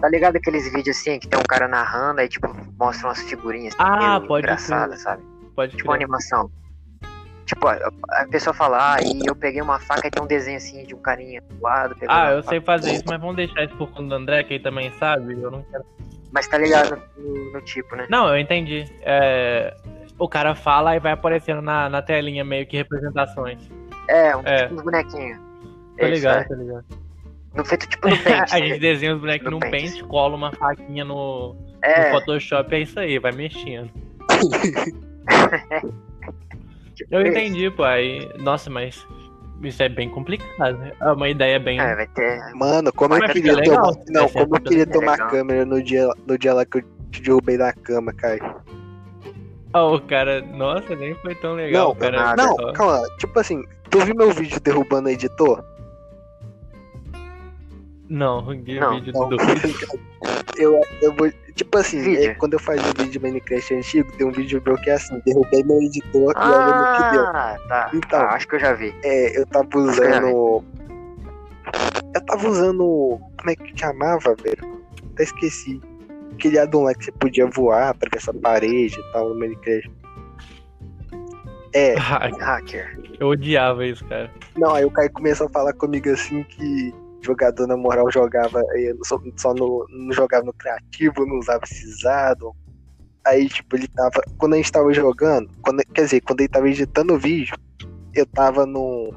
Speaker 3: Tá ligado aqueles vídeos assim que tem um cara narrando aí, tipo, mostra umas figurinhas
Speaker 2: Ah,
Speaker 3: meio
Speaker 2: pode
Speaker 3: engraçadas, sabe?
Speaker 2: Pode
Speaker 3: Tipo uma
Speaker 2: crer.
Speaker 3: animação. Tipo, a, a pessoa fala, ah, e eu peguei uma faca e tem um desenho assim de um carinha do lado. pegando
Speaker 2: Ah,
Speaker 3: uma
Speaker 2: eu
Speaker 3: faca.
Speaker 2: sei fazer isso, mas vamos deixar isso por conta do André, que ele também sabe. Eu não quero.
Speaker 3: Mas tá ligado no, no tipo, né?
Speaker 2: Não, eu entendi. É, O cara fala e vai aparecendo na, na telinha meio que representações.
Speaker 3: É, um,
Speaker 2: É.
Speaker 3: tipo uns bonequinhos.
Speaker 2: Tá
Speaker 3: Isso,
Speaker 2: ligado,
Speaker 3: é.
Speaker 2: tá ligado.
Speaker 3: No feito tipo no pente.
Speaker 2: a gente desenha os bonecos
Speaker 3: No
Speaker 2: num
Speaker 3: Paint.
Speaker 2: pente, cola uma faquinha no, no
Speaker 3: é,
Speaker 2: Photoshop, é isso aí, vai mexendo.
Speaker 3: tipo, é.
Speaker 2: Eu entendi, pai. Nossa, mas isso é bem complicado, né? É uma ideia bem.
Speaker 3: É, vai ter.
Speaker 1: Mano, como eu
Speaker 2: Mas
Speaker 1: queria
Speaker 2: fica
Speaker 1: ter uma,
Speaker 2: legal. é
Speaker 1: não,
Speaker 2: Vai ser
Speaker 1: como eu queria ter
Speaker 3: legal.
Speaker 1: uma câmera no dia, no dia lá que eu te derrubei da cama, cara.
Speaker 2: Ah, o cara. Nossa, nem foi tão legal.
Speaker 1: Não,
Speaker 2: o cara
Speaker 3: nada.
Speaker 1: não,
Speaker 2: só-
Speaker 1: calma, tipo assim, tu viu meu vídeo derrubando o editor?
Speaker 2: Não, o
Speaker 3: Não,
Speaker 2: vídeo
Speaker 1: não.
Speaker 2: do.
Speaker 1: Eu, eu vou, tipo assim,
Speaker 3: Vídeo.
Speaker 1: é, quando eu fazia vídeo de Minecraft antigo, tem um vídeo meu que é assim, derrubei meu editor e olha no que deu.
Speaker 3: Ah, tá.
Speaker 1: Então.
Speaker 3: Ah, acho que eu já vi.
Speaker 1: É, eu tava usando. Eu tava usando. Como é que chamava, velho? Até esqueci. Aquele addon lá que você podia voar, atravessar parede e tal no Minecraft. É,
Speaker 2: Ah,
Speaker 3: Hacker.
Speaker 2: eu odiava isso, cara.
Speaker 1: não, aí o Caio começou a falar comigo assim que jogador na moral jogava, eh, só, só no, não jogava no criativo, não usava esses addon. Aí, tipo, ele tava. Quando a gente tava jogando, quando, quer dizer, quando ele tava editando o vídeo, eu tava no.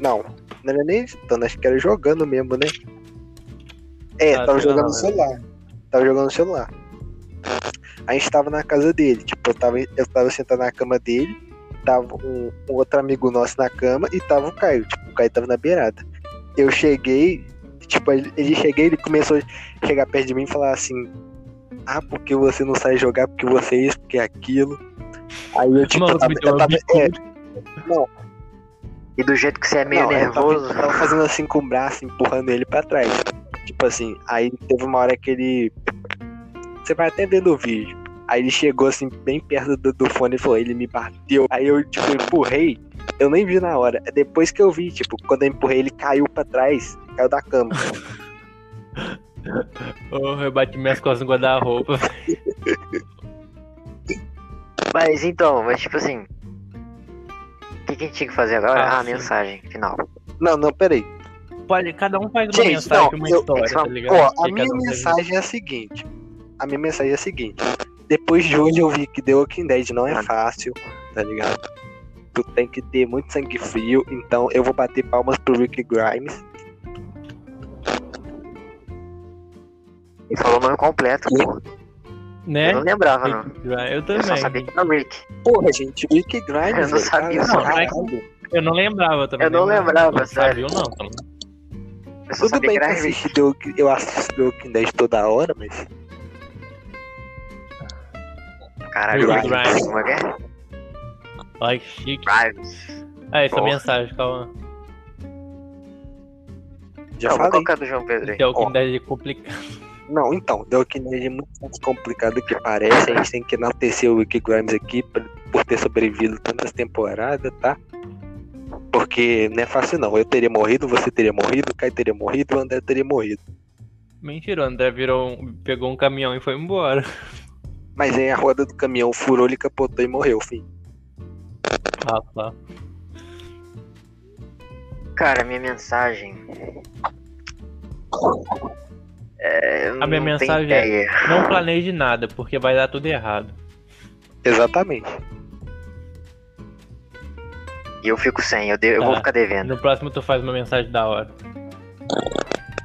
Speaker 1: Não, não era nem editando, acho que era jogando mesmo, né? É,
Speaker 2: Ah,
Speaker 1: tava
Speaker 2: sei lá,
Speaker 1: jogando no
Speaker 2: né?
Speaker 1: celular. Tava jogando no celular. A gente tava na casa dele, tipo, eu tava, eu tava sentado na cama dele, tava um, um outro amigo nosso na cama e tava o Caio, tipo, o Caio tava na beirada. Eu cheguei, tipo, ele ele cheguei, ele começou a chegar perto de mim e falar assim, ah, porque você não sai jogar, porque você é isso, porque é aquilo. Aí eu, tipo,
Speaker 2: Mano,
Speaker 1: tava,
Speaker 2: me deu
Speaker 1: eu
Speaker 2: uma
Speaker 1: tava, é,
Speaker 3: E do jeito que você é meio
Speaker 1: não, tá eu tava-
Speaker 3: nervoso.
Speaker 1: Eu tava, fazendo assim com o braço, empurrando ele pra trás. Tipo assim, aí teve uma hora que ele. Você vai até ver no vídeo. Aí ele chegou assim, bem perto do, do fone e falou, ele me bateu. Aí eu, tipo, empurrei. Eu nem vi na hora. Depois que eu vi, tipo, quando eu empurrei, ele caiu pra trás, caiu da cama.
Speaker 2: Oh, eu bati minhas costas no guarda-roupa.
Speaker 3: Mas então, mas tipo assim. O que, que a gente tinha que fazer agora?
Speaker 2: Ah,
Speaker 3: Ah, a
Speaker 2: sim.
Speaker 3: mensagem final.
Speaker 1: Não, não, peraí.
Speaker 2: Pode, cada um faz uma
Speaker 1: Gente,
Speaker 2: mensagem,
Speaker 1: não,
Speaker 2: uma
Speaker 1: eu-
Speaker 2: história,
Speaker 3: eu-
Speaker 2: tá ligado?
Speaker 1: Ó, a
Speaker 2: E
Speaker 1: minha
Speaker 2: cada um faz uma-
Speaker 1: mensagem é a seguinte. A minha mensagem é a seguinte. Depois de hoje eu vi que The Walking Dead não é fácil, tá ligado? Tu tem que ter muito sangue frio, então eu vou bater palmas pro Rick Grimes.
Speaker 3: Ele falou o nome completo, pô.
Speaker 2: Né?
Speaker 3: Eu não lembrava, não.
Speaker 2: Eu
Speaker 3: Eu só
Speaker 2: também.
Speaker 3: sabia que era o Rick.
Speaker 1: Porra, gente, Rick Grimes.
Speaker 3: Eu não
Speaker 1: velho,
Speaker 3: sabia,
Speaker 1: cara,
Speaker 2: não,
Speaker 1: caralho.
Speaker 2: Eu não lembrava também. né?
Speaker 3: Eu não lembrava,
Speaker 2: Não
Speaker 3: sério.
Speaker 2: sabia, não.
Speaker 3: Eu só
Speaker 1: Tudo
Speaker 3: sabia
Speaker 1: bem
Speaker 3: que
Speaker 1: que
Speaker 3: era
Speaker 1: eu
Speaker 3: Rick.
Speaker 1: assisto The Walking- eu assisto The Walking Dead toda hora, mas.
Speaker 3: Caralho,
Speaker 1: Rick
Speaker 3: Rick.
Speaker 2: Grimes.
Speaker 3: Como é que é?
Speaker 2: Ai, que chique.
Speaker 3: Grimes.
Speaker 2: Ah, essa
Speaker 3: Porra.
Speaker 2: mensagem, calma.
Speaker 1: Já
Speaker 3: Não, mas
Speaker 1: falei.
Speaker 3: qual que é do João Pedro aí?
Speaker 2: Que é o que
Speaker 1: Ó.
Speaker 2: me dá de complicar.
Speaker 1: Não, então, The Walking Dead é muito mais complicado do que parece. A gente tem que enaltecer o Rick Grimes aqui pra- por ter sobrevivido tantas temporadas, tá? Porque não é fácil não. Eu teria morrido, você teria morrido, o Kai teria morrido, o André teria morrido.
Speaker 2: Mentira, o André virou um- pegou um caminhão e foi embora.
Speaker 1: Mas aí a roda do caminhão furou, ele capotou e morreu, fim.
Speaker 2: Ah, tá.
Speaker 3: Cara, minha mensagem. É, eu
Speaker 2: A minha
Speaker 3: não
Speaker 2: mensagem
Speaker 3: tenho
Speaker 2: é-
Speaker 3: ideia.
Speaker 2: Não planeje nada, porque vai dar tudo errado.
Speaker 1: Exatamente.
Speaker 3: E eu fico sem, eu, de- eu
Speaker 2: Tá.
Speaker 3: vou ficar devendo.
Speaker 2: No próximo tu faz uma mensagem da hora.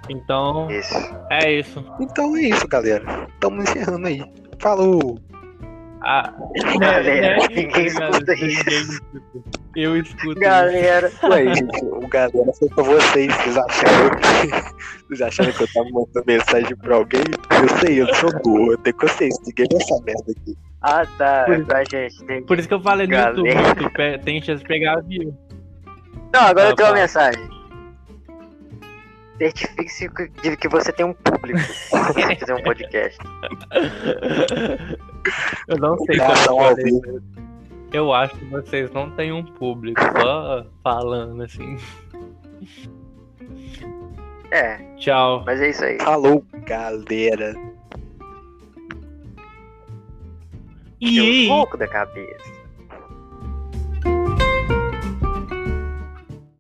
Speaker 2: Então,
Speaker 3: Isso.
Speaker 2: é isso.
Speaker 1: Então é isso, galera. Tamo encerrando aí. Falou!
Speaker 2: Ah,
Speaker 3: Galera,
Speaker 2: né?
Speaker 3: ninguém escuta
Speaker 2: Ninguém escuta. Eu escuto.
Speaker 3: Galera,
Speaker 1: Ué, gente, É o galera foi com vocês. Vocês acharam que... Vocês acharam que eu tava mandando mensagem pra alguém? Eu sei, eu sou burro, eu tenho consciência. Ninguém vai essa merda aqui.
Speaker 3: ah tá,
Speaker 2: Por-
Speaker 3: é pra gente. tem-
Speaker 2: Por isso que eu falei no
Speaker 3: Galera.
Speaker 2: YouTube, tu pe- tem chance de pegar view.
Speaker 3: Não, agora
Speaker 2: Ah,
Speaker 3: eu tenho uma
Speaker 2: fala.
Speaker 3: mensagem. Certifique-se que- de que você tem um público. Se você fizer um podcast.
Speaker 2: Eu não sei como
Speaker 1: Gravação
Speaker 2: eu
Speaker 1: um ao
Speaker 2: falei.
Speaker 1: vivo.
Speaker 2: Eu acho que vocês não têm um público, só falando assim.
Speaker 3: É,
Speaker 2: Tchau.
Speaker 3: mas é isso aí.
Speaker 1: Falou, galera.
Speaker 3: Tem
Speaker 2: E
Speaker 3: um pouco da cabeça.